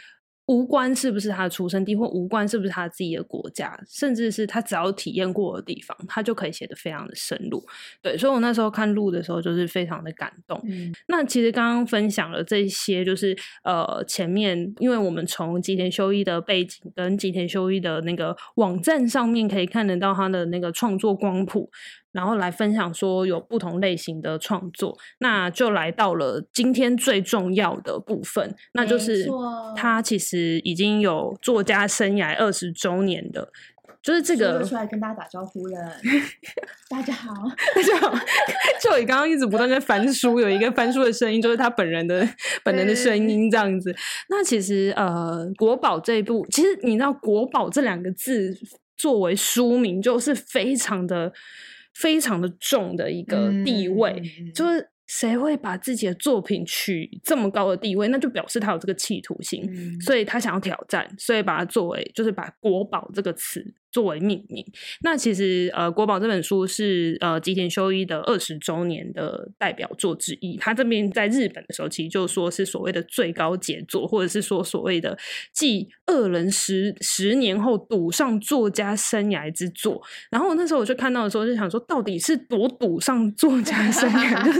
B: 无关是不是他的出生地，或无关是不是他自己的国家，甚至是他只要体验过的地方，他就可以写得非常的深入。对，所以我那时候看录的时候，就是非常的感动。
A: 嗯，
B: 那其实刚刚分享了这些，就是呃前面，因为我们从吉田修一的背景跟吉田修一的那个网站上面可以看得到他的那个创作光谱，然后来分享说有不同类型的创作，那就来到了今天最重要的部分，那就
A: 没
B: 是
A: 错
B: 他其实已经有作家生涯二十周年的。就是这
A: 这
B: 个
A: 出来跟大家打招呼 了，大家好，
B: 就就你刚刚一直不断在翻书，有一个翻书的声音，就是他本人 的本人的声音这样子。那其实呃，国宝这一部，其实你知道“国宝”这两个字作为书名，就是非常的非常的重的一个地位。
A: 嗯
B: 就是谁会把自己的作品取这么高的地位，那就表示他有这个企图心，
A: 嗯
B: 所以他想要挑战，所以把它作为就是把“国宝”这个词作为命名。那其实呃，《国宝》这本书是呃吉田修一的二十周年的代表作之一。他这边在日本的时候，其实就说是所谓的最高杰作，或者是说所谓的继恶人十十年后赌上作家生涯之作。然后那时候我就看到的时候，就想说，到底是多赌上作家生涯？ 就是因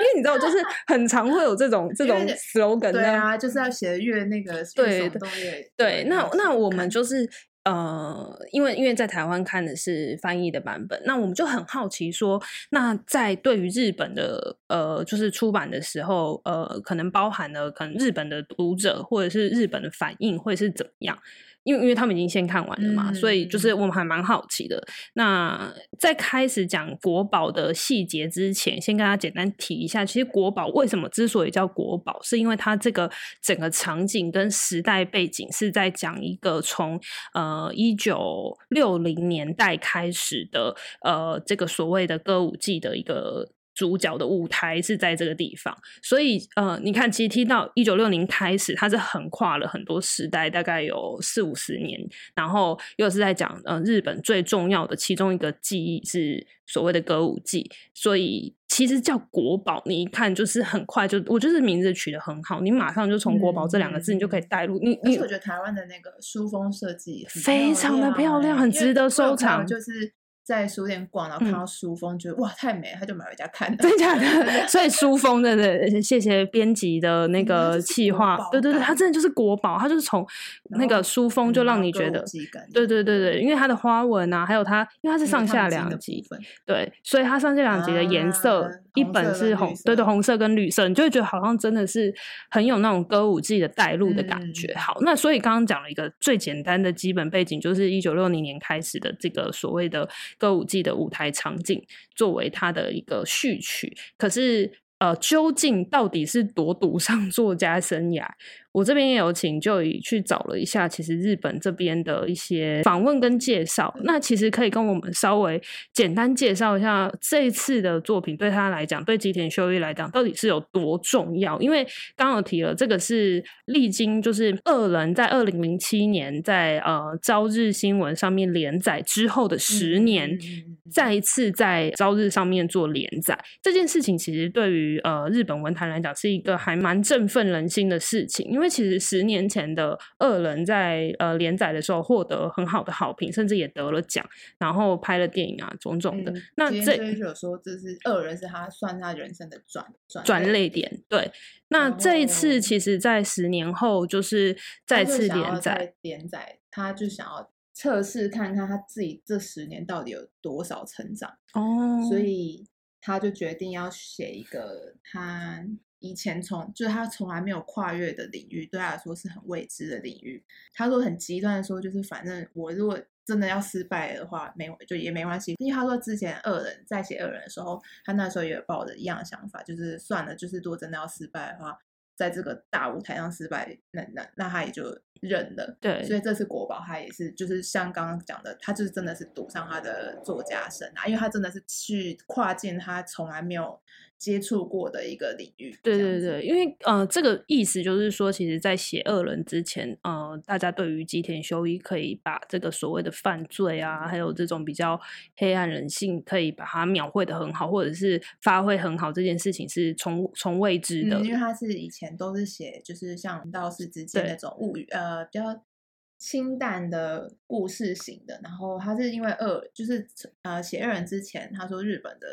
B: 为你知道，就是很常会有这种这种
A: 因为
B: slogan
A: 对
B: 这样
A: 啊，就是要写的越那个
B: 对
A: 越耸动越
B: 对，那那我们
A: 看
B: 就是呃，因为因为在台湾看的是翻译的版本，那我们就很好奇说，那在对于日本的呃，就是出版的时候，呃，可能包含了可能日本的读者或者是日本的反应会是怎么样？因为因为他们已经先看完了嘛，所以就是我们还蛮好奇的。那在开始讲国宝的细节之前，先跟大家简单提一下，其实国宝为什么之所以叫国宝，是因为它这个整个场景跟时代背景是在讲一个从呃一九六零年代开始的呃这个所谓的歌舞伎的一个。主角的舞台是在这个地方，所以呃，你看，其实听到一九六零开始，它是横跨了很多时代，大概有四五十年，然后又是在讲呃日本最重要的其中一个技艺是所谓的歌舞伎，所以其实叫国宝，你一看就是很快就，我就是名字取得很好，你马上就从国宝这两个字你就可以带入，你
A: 嗯而
B: 你
A: 且我觉得台湾的那个书封设计很
B: 非常的漂亮
A: 欸
B: 很
A: 因为
B: 值得
A: 我有
B: 收
A: 朋友
B: 藏
A: 就是在书店逛，然后
B: 嗯
A: 看到书封，觉得哇太美了，他就买回家看了。
B: 真 假的？所以书风真的，呃谢谢编辑的那
A: 嗯它
B: 个
A: 就是
B: 企
A: 国
B: 划
A: 宝，
B: 对对对，
A: 感
B: 它真的就是国宝，它就是从
A: 然
B: 那个
A: 后
B: 书风
A: 嗯
B: 就让
A: 然后
B: 你
A: 歌
B: 觉
A: 舞
B: 得，
A: 伎感
B: 对
A: 觉
B: 对对对，因为它的花纹啊，还有它，因为它是
A: 那个
B: 上下
A: 烫金
B: 两
A: 的
B: 集
A: 部，分
B: 对，所以它上下两集的颜色，
A: 啊
B: 一
A: 红
B: 本
A: 色
B: 是
A: 跟
B: 红
A: 绿，
B: 对对，
A: 色
B: 红色跟绿色，你就会觉得好像真的是很有那种歌舞伎的带入的感觉。
A: 嗯
B: 好，那所以刚刚讲了一个最简单的基本背景，就是一九六零年开始的这个所谓的歌舞伎的舞台场景，作为它的一个序曲。可是。呃，究竟到底是多赌上作家生涯？我这边也有请就以去找了一下，其实日本这边的一些访问跟介绍。那其实可以跟我们稍微简单介绍一下这一次的作品对他来讲，对吉田修一来讲到底是有多重要？因为刚刚有提了，这个是历经就是二人在二零零七年在呃《朝日新闻》上面连载之后的十年，
A: 嗯嗯嗯嗯嗯
B: 再一次在朝日上面做连载这件事情，其实对于呃日本文坛来讲是一个还蛮振奋人心的事情，因为其实十年前的恶人在呃连载的时候获得很好的好评，甚至也得了奖，然后拍了电影啊种种的。
A: 嗯
B: 那
A: 吉田
B: 这
A: 正一就有说，这是恶人是他算他人生的转转
B: 转泪点，对。那这一次，
A: 哦
B: 其实，在十年后，就是
A: 他
B: 再
A: 就
B: 次
A: 想要
B: 连载，
A: 再连载，他就想要测试看看他自己这十年到底有多少成长，
B: 哦
A: 所以他就决定要写一个他以前从就是他从来没有跨越的领域，对他来说是很未知的领域。他说很极端的说，就是反正我如果真的要失败的话，没就也没关系，因为他说之前恶人在写恶人的时候，他那时候也有抱着一样的想法，就是算了，就是如果真的要失败的话，在这个大舞台上失败，那那那他也就认了。
B: 对
A: 所以这次国宝他也是，就是像刚刚讲的，他就是真的是赌上他的作家生涯，因为他真的是去跨进他从来没有接触过的一个领域。
B: 对
A: 这样
B: 对
A: 子，
B: 对，因为呃，这个意思就是说，其实，在写恶人之前，呃，大家对于吉田修一可以把这个所谓的犯罪啊，还有这种比较黑暗人性，可以把它描绘的很好，或者是发挥很好，这件事情是从从未知的。
A: 嗯，因为他是以前都是写，就是像道士之间
B: 对
A: 那种物语，呃，比较清淡的故事型的。然后他是因为二，就是呃写二人之前，他说日本的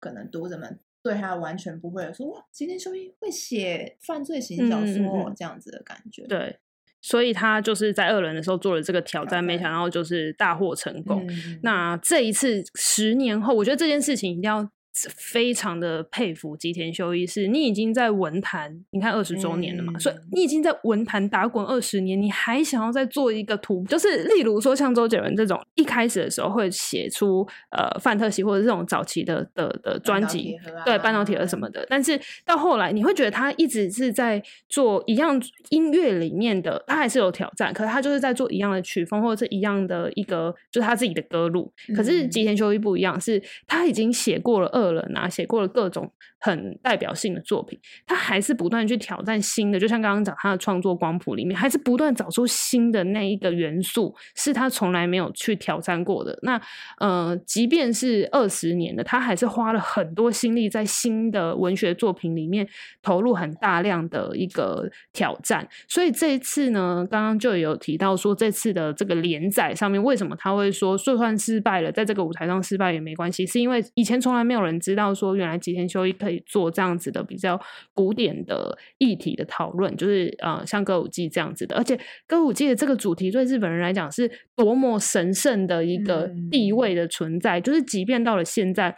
A: 可能读者们对他完全不会有说哇，今天修一会写犯罪型小
B: 嗯嗯
A: 说哦、
B: 嗯
A: 这样子的感觉。
B: 对，所以他就是在恶人的时候做了这个挑
A: 挑
B: 战，没
A: 战
B: 想到就是大获成功。
A: 嗯，
B: 那这一次十年后，我觉得这件事情一定要非常的佩服吉田修一，是你已经在文坛，你看二十周年了嘛，所以
A: 嗯
B: 你已经在文坛打滚二十年，你还想要再做一个突，就是例如说像周杰伦这种，一开始的时候会写出呃范特西或者这种早期的的的专
A: 半导
B: 辑
A: 体，盒啊
B: 对半导体啊什么的。但是到后来，你会觉得他一直是在做一样音乐里面的，他还是有挑战，可是他就是在做一样的曲风或者是一样的一个，就是他自己的歌路。可是
A: 嗯
B: 吉田修一不一样，是他已经写过了《恶人》啊，写过了各种很代表性的作品，他还是不断地去挑战新的，就像刚刚讲他的创作光谱里面，还是不断找出新的那一个元素，是他从来没有去挑战过的。那呃，即便是二十年的，他还是花了很多心力在新的文学作品里面投入很大量的一个挑战。所以这一次呢，刚刚就有提到说，这次的这个连载上面，为什么他会说就算失败了，在这个舞台上失败也没关系，是因为以前从来没有人知道说，原来吉田修一可以做这样子的比较古典的议题的讨论，就是呃，像歌舞伎这样子的，而且歌舞伎的这个主题对日本人来讲是多么神圣的一个地位的存在，就是即便到了现在。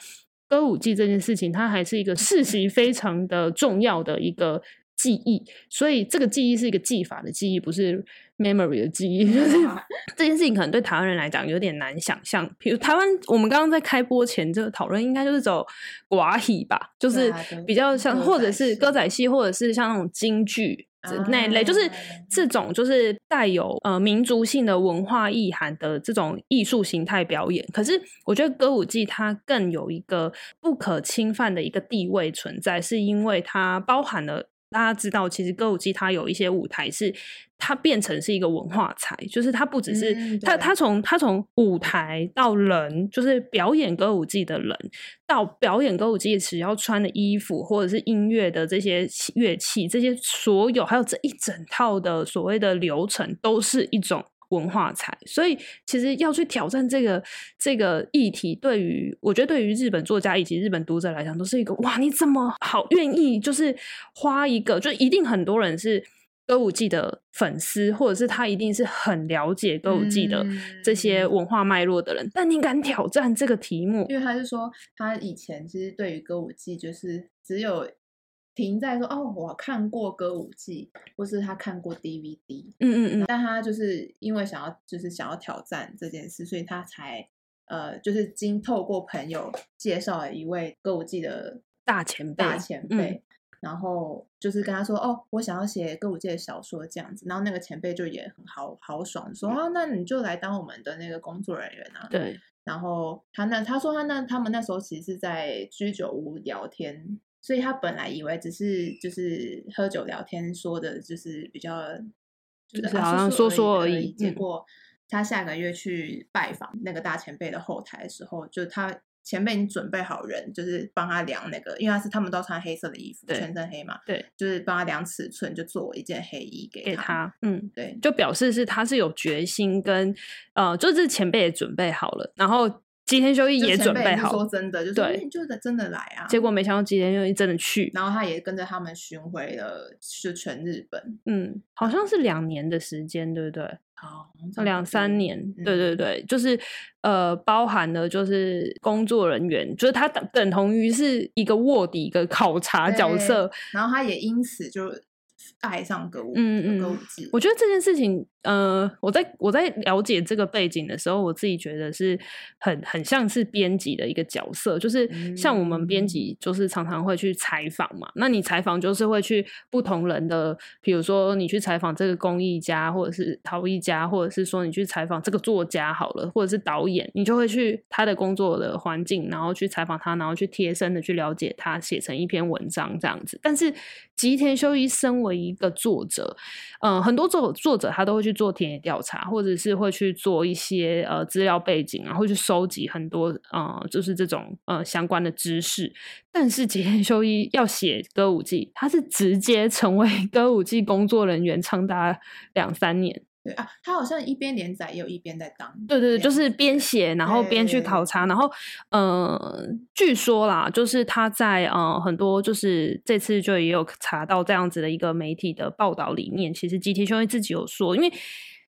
B: 歌舞伎这件事情，它还是一个世袭非常的重要的一个记忆，所以这个记忆是一个技法的记忆，不是 memory 的记忆。就是 这件事情可能对台湾人来讲有点难想象。比如台湾，我们刚刚在开播前这个讨论，应该就是走寡喜吧，就
A: 对
B: 是
A: 啊对
B: 比较像，
A: 歌
B: 或者
A: 仔
B: 是
A: 戏
B: 歌仔戏，或者是像那种京剧。那一类，就是
A: 啊
B: 这种就是带有呃民族性的文化意涵的这种艺术形态表演。可是我觉得歌舞伎它更有一个不可侵犯的一个地位存在，是因为它包含了。大家知道，其实歌舞伎它有一些舞台是它变成是一个文化财，就是它不只是、
A: 嗯
B: 它
A: 对
B: 它从它从舞台到人，就是表演歌舞伎的人，到表演歌舞伎只要穿的衣服或者是音乐的这些器乐器，这些所有还有这一整套的所谓的流程，都是一种文化财。所以其实要去挑战这个这个议题，对于我觉得对于日本作家以及日本读者来讲，都是一个哇，你怎么好愿意就是花一个，就一定很多人是。歌舞伎的粉丝，或者是他一定是很了解歌舞伎的这些
A: 嗯
B: 文化脉络的人，但你敢挑战这个题目，
A: 因为他是说他以前其实对于歌舞伎就是只有停在说哦，我看过歌舞伎，或是他看过 DVD，
B: 嗯嗯嗯，
A: 但他就是因为想要就是想要挑战这件事，所以他才呃就是经透过朋友介绍了一位歌舞伎的
B: 大前辈，
A: 大前
B: 嗯
A: 辈。然后就是跟他说，哦，我想要写歌舞界的小说这样子，然后那个前辈就也很豪豪爽，
B: 嗯
A: 说啊，那你就来当我们的那个工作人员啊，
B: 对，
A: 然后他那他说他那他们那时候其实是在居酒屋聊天，所以他本来以为只是就是喝酒聊天说的，就是比较就
B: 就是
A: 啊
B: 好像
A: 说
B: 说说
A: 而
B: 而
A: 已
B: 已
A: 而已结
B: 嗯
A: 果他下个月去拜访那个大前辈的后台的时候，就他前辈已经准备好人，就是帮他量那个，因为他是他们都穿黑色的衣服，
B: 对
A: 全身黑嘛，
B: 对，
A: 就是帮他量尺寸，就做一件黑衣给
B: 给他，嗯，
A: 对，
B: 就表示是他是有决心跟呃，就是前辈也准备好了，然后吉田修一
A: 就
B: 也
A: 前
B: 准
A: 辈
B: 备
A: 是
B: 好
A: 说，真的，就说
B: 对
A: 你就真的来啊，
B: 结果没想到吉田修一真的去，
A: 然后他也跟着他们巡回了，就全日本，
B: 嗯，好像是两年的时间，对不对？
A: 哦，
B: 两三年，对
A: 嗯
B: 对对，就是呃，包含了就是工作人员，就是他等等同于是一个卧底、一个考察角
A: 对
B: 色，
A: 然后他也因此就爱上歌舞，
B: 嗯嗯
A: 歌舞伎，
B: 我觉得这件事情，呃，我在我在了解这个背景的时候，我自己觉得是很很像是编辑的一个角色，就是像我们编
A: 嗯
B: 辑就是常常会去采访嘛，那你采访就是会去不同人的，比如说你去采访这个工艺家，或者是陶艺家，或者是说你去采访这个作家好了，或者是导演，你就会去他的工作的环境，然后去采访他，然后去贴身的去了解他，写成一篇文章这样子。但是吉田修一身为一个作者，呃，很多作作者他都会去做田野调查，或者是会去做一些呃资料背景，然后去收集很多呃就是这种呃相关的知识。但是吉田修一要写歌舞伎，他是直接成为 歌舞伎工作人员长达两三年。
A: 对啊，他好像一边连载也有一边在当这
B: 对
A: 样子，
B: 对对，就是边写，然后边去
A: 对
B: 考察，然后呃，据说啦，就是他在呃很多就是这次就也有查到这样子的一个媒体的报道里面，其实 GT 兄弟自己有说，因为。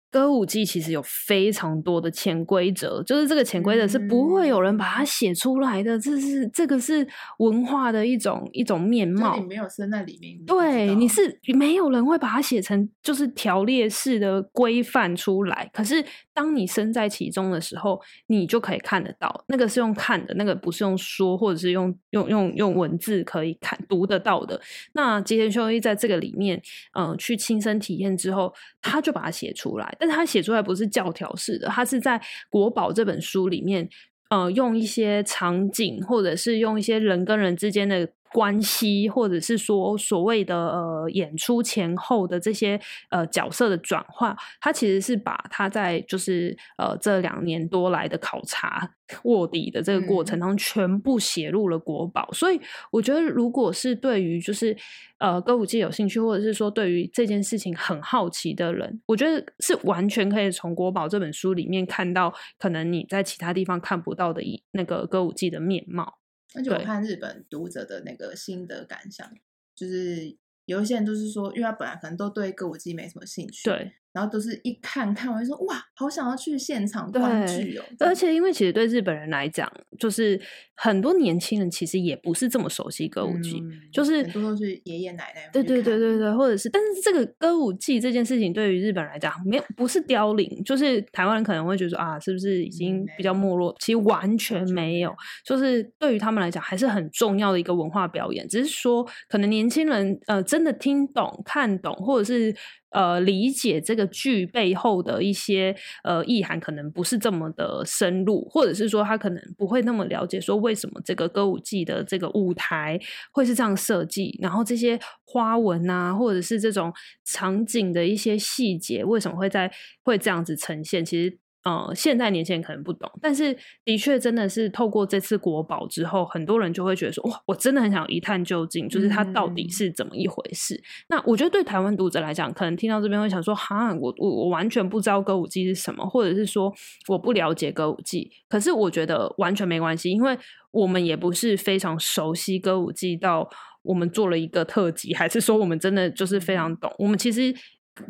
B: 歌舞伎其实有非常多的潜规则，就是这个潜规则是不会有人把
A: 嗯
B: 它写出来的，这是这个是文化的一种一种面
A: 就是
B: 貌。
A: 你没有身在里面，你不知
B: 对，你
A: 道
B: 是没有人会把它写成就是条列式的规范出来。可是当你身在其中的时候，你就可以看得到，那个是用看的，那个不是用说或者是用用用用文字可以看读得到的。那吉田修一在这个里面，嗯、去亲身体验之后，他就把它写出来。但他写出来不是教条式的，他是在《国宝》这本书里面呃，用一些场景，或者是用一些人跟人之间的关系，或者是说所谓的呃演出前后的这些呃角色的转换，他其实是把他在就是呃这两年多来的考察卧底的这个过程
A: 嗯
B: 当中，全部写入了国宝。所以我觉得，如果是对于就是呃歌舞伎有兴趣，或者是说对于这件事情很好奇的人，我觉得是完全可以从《国宝》这本书里面看到，可能你在其他地方看不到的一那个歌舞伎的面貌。
A: 而且我
B: 对
A: 看日本读者的那个心得感想，就是有一些人就是说，因为他本来可能都对歌舞伎没什么兴趣，
B: 对，
A: 然后都是一看看完就说哇，好想要去现场观剧哦。
B: 而且，因为其实对日本人来讲，就是很多年轻人其实也不是这么熟悉歌舞伎，
A: 嗯
B: 就是
A: 很多都是爷爷奶奶。
B: 对对对，对对，或者是，但是这个歌舞伎这件事情对于日本人来讲，没有不是凋零，就是台湾人可能会觉得说啊，是不是已经比较没落？其实完全没有，就是对于他们来讲还是很重要的一个文化表演，只是说可能年轻人呃真的听懂、看懂，或者是。呃，理解这个剧背后的一些呃意涵，可能不是这么的深入，或者是说他可能不会那么了解，说为什么这个歌舞伎的这个舞台会是这样设计，然后这些花纹啊，或者是这种场景的一些细节，为什么会在会这样子呈现？其实，呃，现在年轻人可能不懂，但是的确真的是透过这次国宝之后，很多人就会觉得说，哇，我真的很想一探究竟，就是它到底
A: 嗯
B: 是怎么一回事。那我觉得对台湾读者来讲，可能听到这边会想说：“哈，我我我完全不知道歌舞伎是什么，或者是说我不了解歌舞伎。”可是我觉得完全没关系，因为我们也不是非常熟悉歌舞伎到我们做了一个特辑，还是说我们真的就是非常懂。我们其实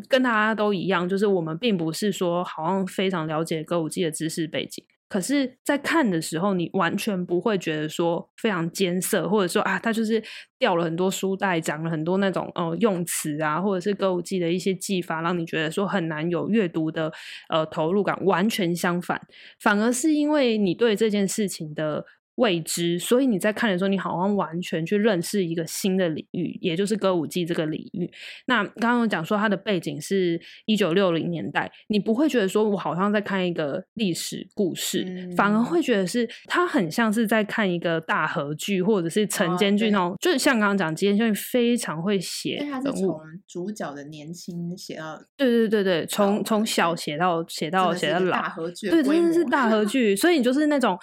B: 跟大家都一样，就是我们并不是说好像非常了解歌舞伎的知识背景。可是，在看的时候，你完全不会觉得说非常艰涩，或者说啊，他就是掉了很多书袋，讲了很多那种呃用词啊，或者是歌舞伎的一些技法，让你觉得说很难有阅读的呃投入感。完全相反，反而是因为你对这件事情的未知，所以你在看的时候，你好像完全去认识一个新的领域，也就是歌舞伎这个领域。那刚刚有讲说它的背景是一九六零年代，你不会觉得说我好像在看一个历史故事，反而
A: 嗯
B: 会觉得是它很像是在看一个大合剧或者是晨
A: 哦
B: 间剧
A: 对
B: 那种，就是像刚刚讲，今天就非常会写
A: 因为他
B: 人
A: 是
B: 物，
A: 从主角的年轻写到
B: 对对对对，从
A: 到
B: 从小
A: 对
B: 写到
A: 真
B: 写到
A: 的是
B: 写
A: 一
B: 到
A: 个
B: 老
A: 大，合剧，
B: 对，真的是大 合剧，所以你就是那种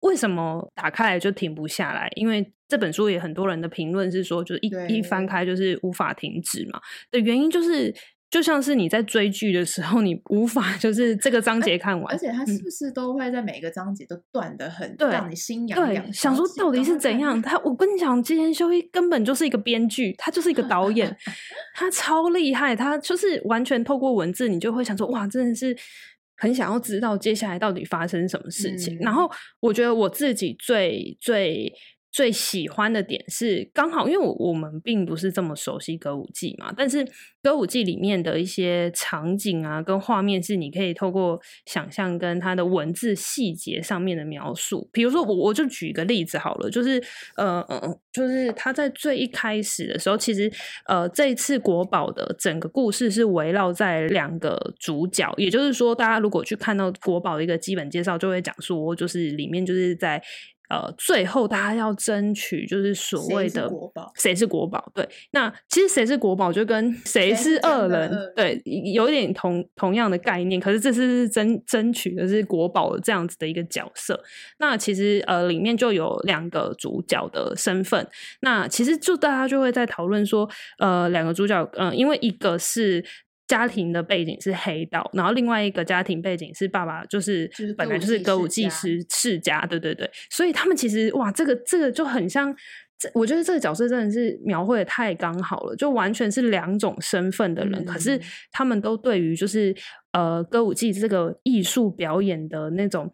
B: 为什么打开来就停不下来，因为这本书也很多人的评论是说，就是一一翻
A: 对
B: 开就是无法停止嘛。的原因就是，就像是你在追剧的时候，你无法就是这个章节看完
A: 而，且他是不是都会在每个章节都断的很
B: 嗯对
A: 让你心痒痒
B: 对，
A: 的？
B: 想
A: 然后
B: 说
A: 自己
B: 到底
A: 赶
B: 是
A: 快
B: 怎
A: 看
B: 样？他，我跟你讲，今天修一根本就是一个编剧，他就是一个导演，他超厉害，他就是完全透过文字，你就会想说，哇，真的是很想要知道接下来到底发生什么事情。然
A: 嗯
B: 后我觉得我自己最最。最喜欢的点是，刚好因为我我们并不是这么熟悉歌舞伎嘛，但是歌舞伎里面的一些场景啊，跟画面是你可以透过想象跟它的文字细节上面的描述。比如说我我就举一个例子好了，就是呃呃，就是他在最一开始的时候，其实呃这一次国宝的整个故事是围绕在两个主角，也就是说，大家如果去看到国宝的一个基本介绍，就会讲说，就是里面就是在。呃，最后大家要争取就是所
A: 谁
B: 谓
A: 是
B: 的
A: 国宝
B: 谁是国宝？对，那其实谁是国宝就跟谁
A: 谁
B: 是
A: 是真
B: 恶
A: 的
B: 人，
A: 恶
B: 对，有一点同同样的概念。可是这次是争争取的是国宝这样子的一个角色。那其实呃，里面就有两个主角的身份。那其实就大家就会在讨论说，呃，两个主角，呃，因为一个是。家庭的背景是黑道，然后另外一个家庭背景是爸爸，就是
A: 就是
B: 本
A: 歌
B: 来
A: 舞
B: 就是
A: 伎
B: 歌
A: 世
B: 舞伎
A: 家
B: 师世家，对对对，所以他们其实哇，这个这个就很像，这我觉得这个角色真的是描绘的太刚好了，就完全是两种身份的人，可是
A: 嗯
B: 他们都对于就是呃歌舞伎这个艺术表演的那种。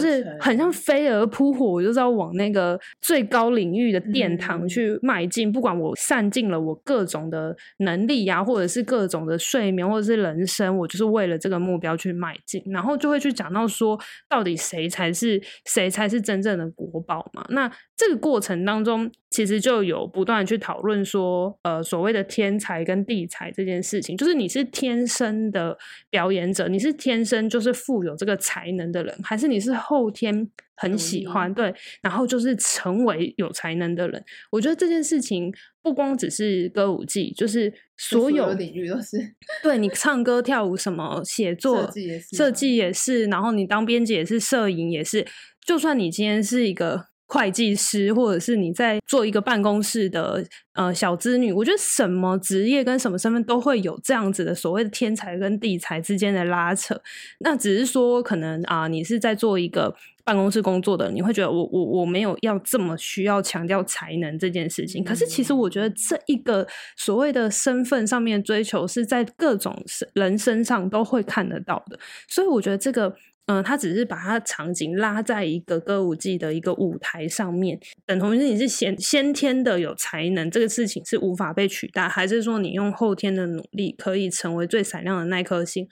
A: 热
B: 是
A: 忱嗯
B: 很像飞蛾扑火，我就是要往那个最高领域的殿堂
A: 嗯
B: 去迈进。不管我散尽了我各种的能力呀、或者是各种的睡眠，或者是人生，我就是为了这个目标去迈进。然后就会去讲到说，到底谁才是谁才是真正的国宝嘛？那这个过程当中，其实就有不断地去讨论说，呃，所谓的天才跟地才这件事情，就是你是天生的表演者，你是天生就是富有这个才能的人，还是你是后天很
A: 努
B: 喜
A: 力
B: 欢对，然后就是成为有才能的人？我觉得这件事情不光只是歌舞伎，就是
A: 就
B: 所有
A: 领域都 是
B: 对你唱歌、跳舞、什么写作、
A: 设计也是
B: 设
A: 吗
B: 计也是，然后你当编辑也是，摄影也是。就算你今天是一个会计师，或者是你在做一个办公室的呃小资女，我觉得什么职业跟什么身份都会有这样子的所谓的天才跟地才之间的拉扯。那只是说，可能啊、你是在做一个办公室工作的，你会觉得我我我没有要这么需要强调才能这件事情。可是其实我觉得这一个所谓的身份上面的追求，是在各种身人身上都会看得到的。所以我觉得这个，嗯、他只是把它场景拉在一个歌舞伎的一个舞台上面，等同于你是先先天的有才能，这个事情是无法被取代，还是说你用后天的努力可以成为最闪亮的那颗星？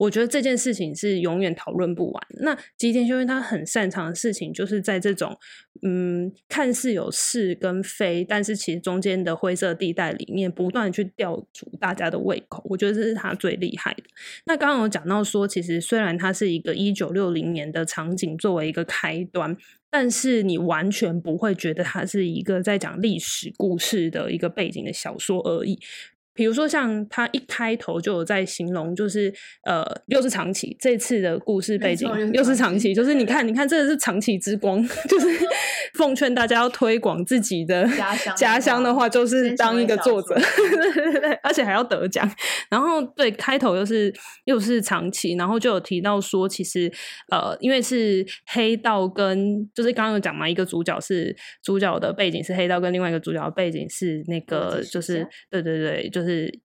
B: 我觉得这件事情是永远讨论不完。那吉田修一他很擅长的事情，就是在这种嗯看似有是跟非，但是其实中间的灰色地带里面，不断地去吊足大家的胃口。我觉得这是他最厉害的。那刚刚有讲到说，其实虽然它是一个一九六零年的场景作为一个开端，但是你完全不会觉得它是一个在讲历史故事的一个背景的小说而已。比如说，像他一开头就有在形容，就是呃，又是长崎这次的故事背
A: 没
B: 景
A: 错又是
B: 又是
A: 长
B: 长崎，就是你看，你看，这个是长崎之光， 就是奉劝大家要推广自己的
A: 家乡的
B: 家乡的
A: 话
B: 话，就
A: 先
B: 是
A: 成
B: 当
A: 为
B: 一个
A: 小
B: 作者，
A: 说家
B: 对对对， 而且还要得奖。然后对开头又是又是长期，然后就有提到说，其实呃，因为是黑道跟就是刚刚有讲嘛，一个主角是主角的背景是黑道，跟另外一个主角的背景是那
A: 国
B: 个
A: 际
B: 就
A: 世家
B: 是对对对，就是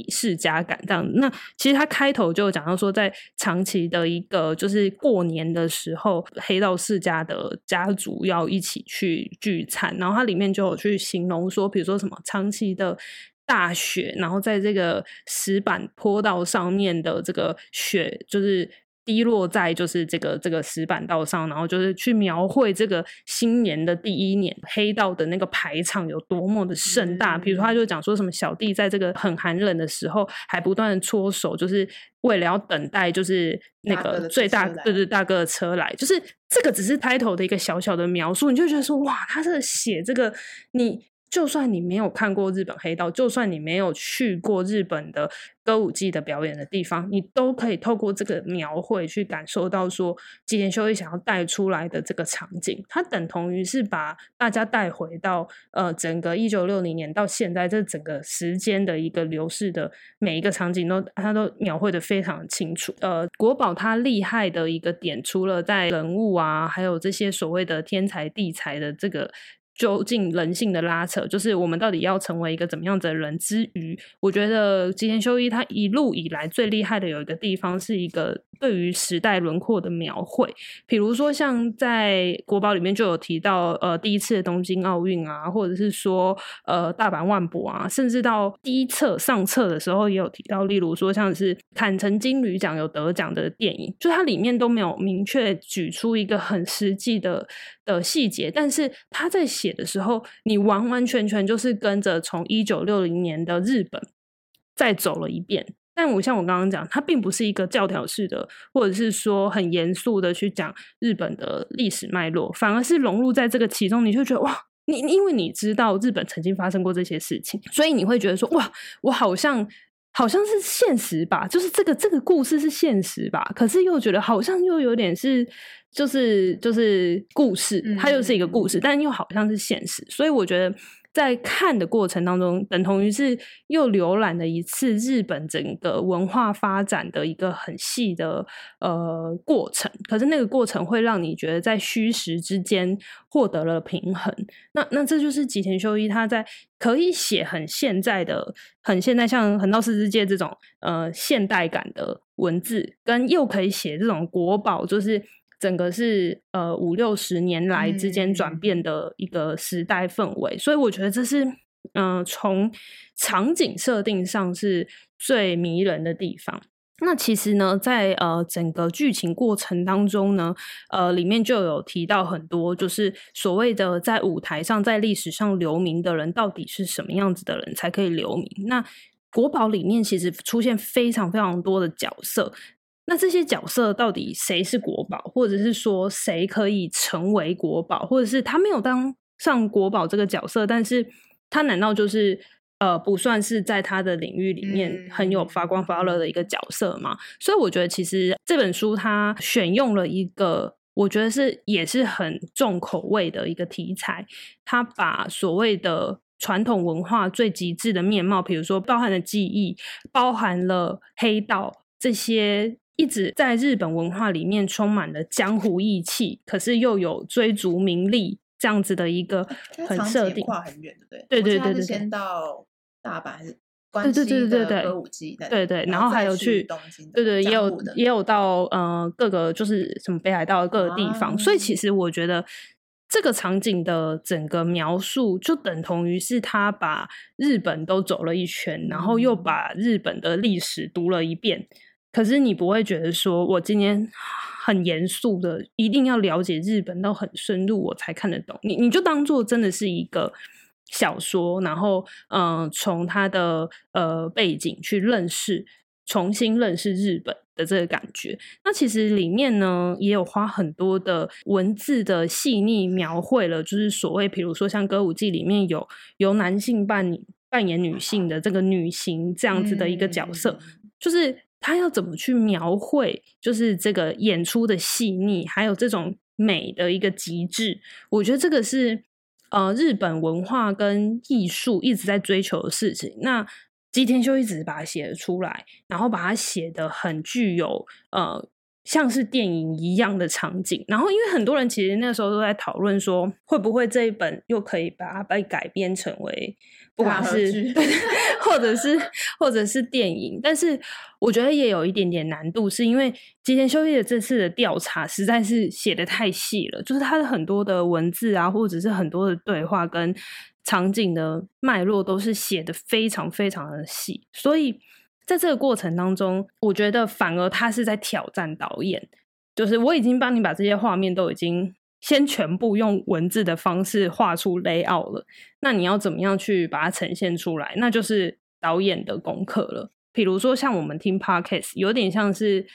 B: 世家感这样。那其实他开头就有讲到说，在长期的一个就是过年的时候，黑道世家的家族要一起去聚餐，然后它里面就有去形容说，比如说什么长期的。大雪，然后在这个石板坡道上面的这个雪，就是滴落在就是这个这个石板道上，然后就是去描绘这个新年的第一年黑道的那个排场有多么的盛大。比如说，他就讲说什么小弟在这个很寒冷的时候还不断的搓手，就是为了要等待就是那
A: 大哥
B: 个
A: 的
B: 最
A: 车
B: 大
A: 来
B: 对对大哥的车来，就是这个只是开头的一个小小的描述，你就觉得说哇，他这个写这个你。就算你没有看过日本黑道，就算你没有去过日本的歌舞伎的表演的地方，你都可以透过这个描绘去感受到说吉田修一想要带出来的这个场景，它等同于是把大家带回到呃整个一九六零年到现在这整个时间的一个流逝的每一个场景都它都描绘的非常清楚。呃，国宝它厉害的一个点，除了在人物啊，还有这些所谓的天才地才的这个究竟人性的拉扯，就是我们到底要成为一个怎么样子的人之余，我觉得吉田修一他一路以来最厉害的有一个地方，是一个对于时代轮廓的描绘。比如说像在国宝里面就有提到，呃，第一次的东京奥运啊，或者是说呃大阪万博啊，甚至到第一册上册的时候也有提到，例如说像是坎城金驴奖有得奖的电影，就它里面都没有明确举出一个很实际的的细节，但是他在写的时候，你完完全全就是跟着从一九六零年的日本再走了一遍。但我像我刚刚讲，它并不是一个教条式的，或者是说很严肃的去讲日本的历史脉络，反而是融入在这个其中，你就觉得哇，你因为你知道日本曾经发生过这些事情，所以你会觉得说哇，我好像。好像是现实吧，就是这个这个故事是现实吧，可是又觉得好像又有点是，就是就是故事，它又是一个故事，但又好像是现实，所以我觉得在看的过程当中，等同于是又浏览了一次日本整个文化发展的一个很细的呃过程。可是那个过程会让你觉得在虚实之间获得了平衡。那那这就是吉田修一他在可以写很现在的、很现代，像《横道世之介》这种呃现代感的文字，跟又可以写这种国宝，就是整个是呃五六十年来之间转
A: 嗯
B: 变的一个时代氛围，所以我觉得这是嗯、呃从场景设定上是最迷人的地方。那其实呢，在呃整个剧情过程当中呢，呃，里面就有提到很多，就是所谓的在舞台上、在历史上留名的人，到底是什么样子的人才可以留名？那国宝里面其实出现非常非常多的角色，那这些角色到底谁是国宝，或者是说谁可以成为国宝，或者是他没有当上国宝这个角色，但是他难道就是呃不算是在他的领域里面很有发光发热的一个角色吗？所以我觉得其实这本书它选用了一个。我觉得是也是很重口味的一个题材，它把所谓的。传统文化最极致的面貌，比如说包含了记忆，包含了黑道这些一直在日本文化里面充满了江湖义气，可是又有追逐名利这样子的一个
A: 它
B: 很
A: 场
B: 设
A: 景
B: 定。
A: 跨很远，对不对？我记得
B: 对对对
A: 它是
B: 对对
A: 先到大阪还是
B: 对
A: 关
B: 对
A: 西
B: 对对对
A: 的歌
B: 对
A: 舞伎那里，
B: 对对，然
A: 后
B: 后还
A: 再
B: 有
A: 去
B: 去
A: 东京的，
B: 对对，也
A: 江
B: 有
A: 户的
B: 也有到呃各个就是什么北海道的各个地方，所以其
A: 啊
B: 实我觉得这个场景的整个描述就等同于是他把日本都走了一圈，然后又
A: 嗯
B: 把日本的历史读了一遍，可是你不会觉得说我今天。很严肃的，一定要了解日本到很深入，我才看得懂。你你就当做真的是一个小说，然后嗯、呃从它的呃背景去认识，重新认识日本的这个感觉。那其实里面呢，也有花很多的文字的细腻描绘了，就是所谓，比如说像歌舞伎里面有由男性扮女扮演女性的这个女性这样子的一个角色，
A: 嗯
B: 就是他要怎么去描绘，就是这个演出的细腻，还有这种美的一个极致。我觉得这个是呃日本文化跟艺术一直在追求的事情。那吉田修一直把它写出来，然后把它写的很具有呃像是电影一样的场景。然后，因为很多人其实那时候都在讨论说，会不会这一本又可以把它被改编成为不
A: 大
B: 管
A: 合
B: 是
A: 剧
B: 或者是或者是电影，但是我觉得也有一点点难度，是因为吉田修一的这次的调查实在是写的太细了，就是他的很多的文字啊，或者是很多的对话跟场景的脉络都是写的非常非常的细，所以在这个过程当中，我觉得反而他是在挑战导演，就是我已经帮你把这些画面都已经先全部用文字的方式画出 layout 了。那你要怎么样去把它呈现出来？那就是导演的功课了。比如说，像我们听 podcast，有点像是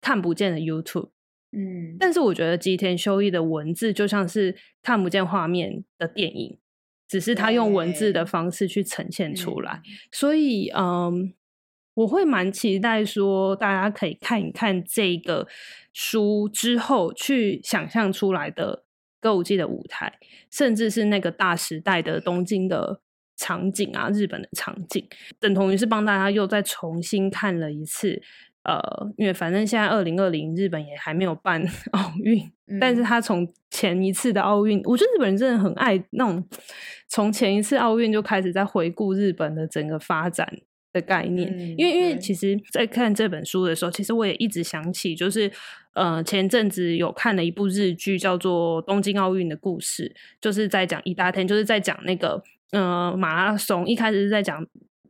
B: 看不见的 YouTube，
A: 嗯，
B: 但是我觉得吉田修一的文字就像是看不见画面的电影，只是他用文字的
A: 对
B: 方式去呈现出来。
A: 嗯，
B: 所以，嗯，我会蛮期待说大家可以看一看这个书之后去想象出来的歌舞伎的舞台，甚至是那个大时代的东京的场景啊，日本的场景，等同于是帮大家又再重新看了一次。呃，因为反正现在二零二零日本也还没有办 奥运，但
A: 嗯
B: 是他从前一次的奥运，我觉得日本人真的很爱那种从前一次奥运就开始在回顾日本的整个发展的概念。因为因为
A: 嗯
B: 其实，在看这本书的时候，其实我也一直想起，就是呃前阵子有看了一部日剧，叫做《东京奥运的故事》，就是在讲一大天，就是在讲那个呃马拉松，一开始是在讲。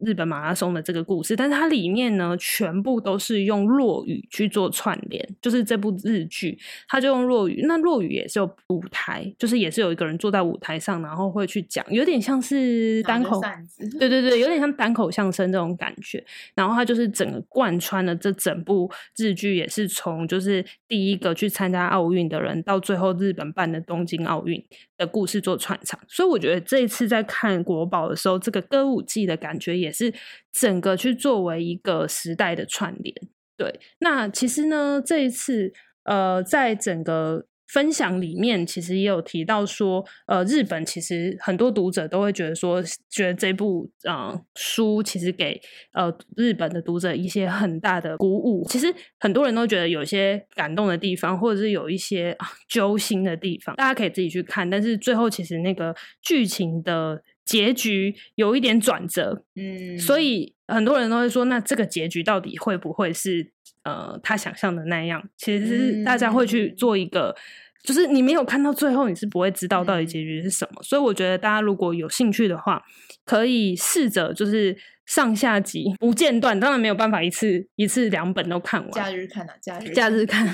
B: 日本马拉松的这个故事，但是它里面呢，全部都是用落语去做串联，就是这部日剧，他就用落语，那落语也是有舞台，就是也是有一个人坐在舞台上，然后会去讲，有点像是
A: 拿
B: 单
A: 着
B: 口，
A: 扇子，
B: 对对对，有点像单口相声这种感觉。然后他就是整个贯穿了这整部日剧，也是从就是第一个去参加奥运的人，到最后日本办的东京奥运的故事做串场。所以我觉得这一次在看国宝的时候，这个歌舞伎的感觉也是整个去作为一个时代的串联。对，那其实呢，这一次呃，在整个分享里面，其实也有提到说，呃，日本其实很多读者都会觉得说，觉得这部呃书其实给呃日本的读者一些很大的鼓舞。其实很多人都觉得有一些感动的地方，或者是有一些啊揪心的地方，大家可以自己去看。但是最后其实那个剧情的。结局有一点转折，
A: 嗯，
B: 所以很多人都会说，那这个结局到底会不会是呃他想象的那样？其实是大家会去
A: 嗯
B: 做一个，就是你没有看到最后，你是不会知道到底
A: 嗯
B: 结局是什么。所以我觉得大家如果有兴趣的话，可以试着就是上下集不间断，当然没有办法一次一次两本都看完
A: 假，日看啊，假日
B: 假日看，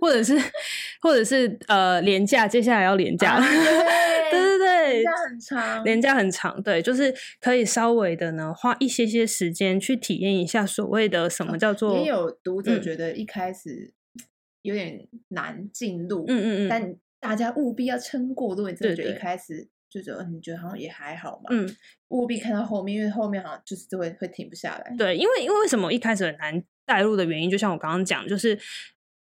B: 或者是或者是呃廉价，接下来要廉价，
A: 啊对
B: 对对对，
A: 假很长，
B: 廉价很长，对，就是可以稍微的呢，花一些些时间去体验一下所谓的什么叫做，
A: 哦也有读者
B: 嗯
A: 觉得一开始有点难进入，
B: 嗯嗯嗯，
A: 但大家务必要撑过。如果你真的
B: 对
A: 觉得一
B: 对
A: 开始就觉得嗯你觉得好像也还好嘛，
B: 嗯，
A: 务必看到后面，因为后面好像就是就会会停不下来。
B: 对，因为因为为什么一开始很难带入的原因，就像我刚刚讲，就是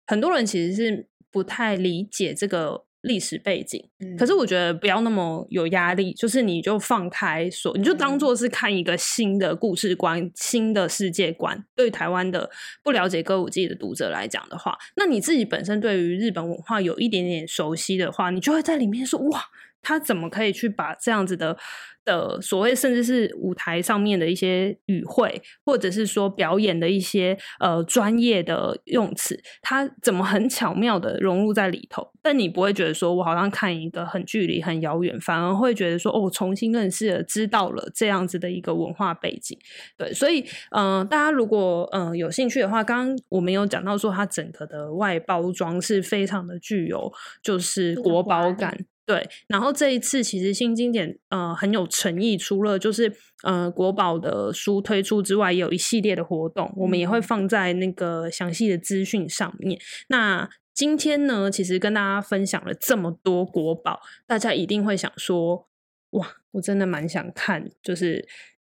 B: 很多人其实是不太理解这个历史背景。
A: 嗯
B: 可是我觉得不要那么有压力，就是你就放开所，你就当做是看一个新的故事观、新的世界观。对台湾的不了解歌舞伎的读者来讲的话，那你自己本身对于日本文化有一点点熟悉的话，你就会在里面说哇。他怎么可以去把这样子的的所谓，甚至是舞台上面的一些语汇，或者是说表演的一些呃专业的用词，他怎么很巧妙的融入在里头？但你不会觉得说我好像看一个很距离很遥远，反而会觉得说哦，我重新认识了、知道了这样子的一个文化背景。对，所以嗯、呃大家如果嗯、呃有兴趣的话，刚刚我们有讲到说它整个的外包装是非常的具有就是
A: 就是
B: 国
A: 华
B: 宝
A: 丽
B: 感。对，然后这一次其实新经典呃很有诚意，除了就是呃国宝的书推出之外，也有一系列的活动，我们也会
A: 嗯
B: 放在那个详细的资讯上面。那今天呢，其实跟大家分享了这么多国宝，大家一定会想说，哇，我真的蛮想看，就是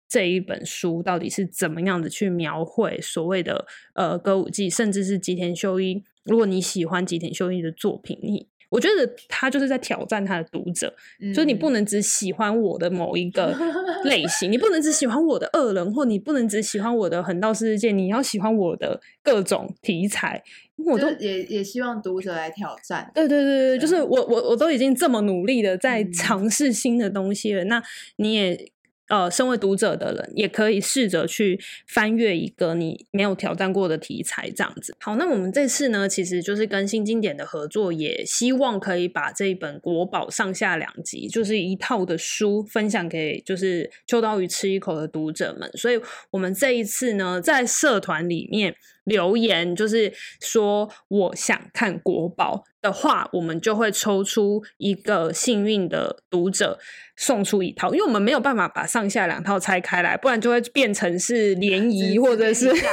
B: 这一本书到底是怎么样子去描绘所谓的呃歌舞伎，甚至是吉田修一。如果你喜欢吉田修一的作品，你我觉得他就是在挑战他的读者，就是你不能只喜欢我的某一个类型，你不能只喜欢我的恶人，或你不能只喜欢我的横道世界，你要喜欢我的各种题材，因为我
A: 嗯，
B: 都
A: 就是也也希望读者来挑战。
B: 对对对对，就
A: 对
B: 是我我我都已经这么努力的在
A: 嗯
B: 尝试新的东西了，那你也呃，身为读者的人，也可以试着去翻阅一个你没有挑战过的题材，这样子。好，那我们这次呢，其实就是跟新经典的合作，也希望可以把这一本国宝上下两集，就是一套的书，分享给就是秋刀鱼吃一口的读者们。所以，我们这一次呢，在社团里面留言，就是说我想看国宝的话，我们就会抽出一个幸运的读者送出一套，因为我们没有办法把上下两套拆开来，不然就会变成是联
A: 只
B: 谊
A: 只
B: 或
A: 给
B: 者
A: 你
B: 是
A: 下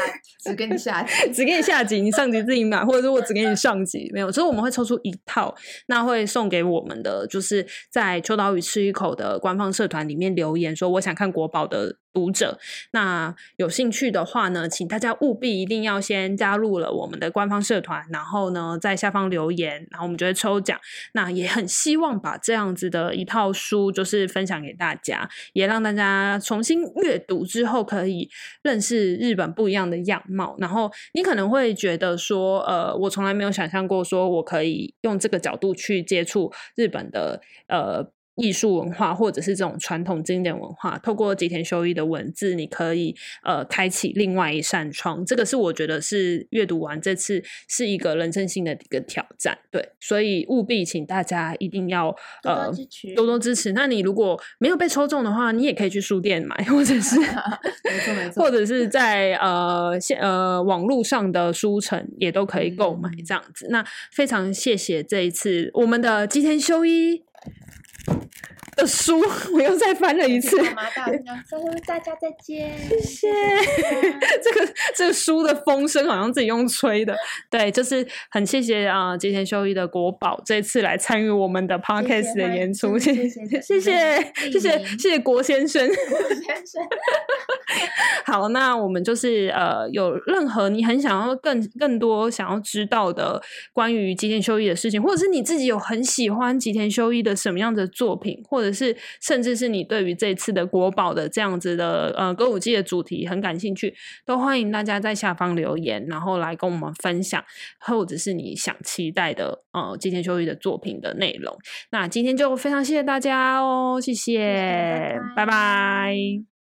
A: 只给你下集，
B: 只给你下集，你上集自己买，或者是我只给你上集，没有，所以我们会抽出一套，那会送给我们的，就是在秋刀鱼吃一口的官方社团里面留言说我想看国宝的读者，那有兴趣的话呢，请大家务必一定要先加入了我们的官方社团，然后呢在下方留言，然后我们就会抽奖。那也很希望把这样子的一套书，就是分享给大家，也让大家重新阅读之后，可以认识日本不一样的样貌。然后你可能会觉得说，呃，我从来没有想象过，说我可以用这个角度去接触日本的呃。艺术文化，或者是这种传统经典文化，透过吉田修一的文字，你可以呃开启另外一扇窗。这个是我觉得是阅读完这次是一个人生性的一个挑战，对，所以务必请大家一定要
A: 多
B: 呃
A: 多支持
B: 多多支持。那你如果没有被抽中的话，你也可以去书店买，或者 是
A: 没错没错，
B: 嗯或者是在呃线呃网络上的书城也都可以购买
A: 嗯
B: 这样子。那非常谢谢这一次我们的吉田修一的书，我又再翻了一次。
A: 干嘛大声说大家再见，谢谢。
B: 这个这个书的风声好像自己用吹的，对，就是很谢谢啊、呃吉田修一的国宝这次来参与我们的 podcast 的
A: 欢
B: 演
A: 迎
B: 出，谢
A: 真
B: 谢
A: 的
B: 谢
A: 谢谢
B: 谢谢
A: 谢
B: 谢
A: 谢莅临
B: 谢谢国先生。
A: 先生，
B: 好，那我们就是呃，有任何你很想要更更多想要知道的关于吉田修一的事情，或者是你自己有很喜欢吉田修一的什么样的作品，或者是甚至是你对于这次的国宝的这样子的呃歌舞伎的主题很感兴趣，都欢迎大家在下方留言，然后来跟我们分享，或者是你想期待的呃吉田修一的作品的内容。那今天就非常谢谢大家哦，谢谢，
A: 谢拜拜
B: 拜拜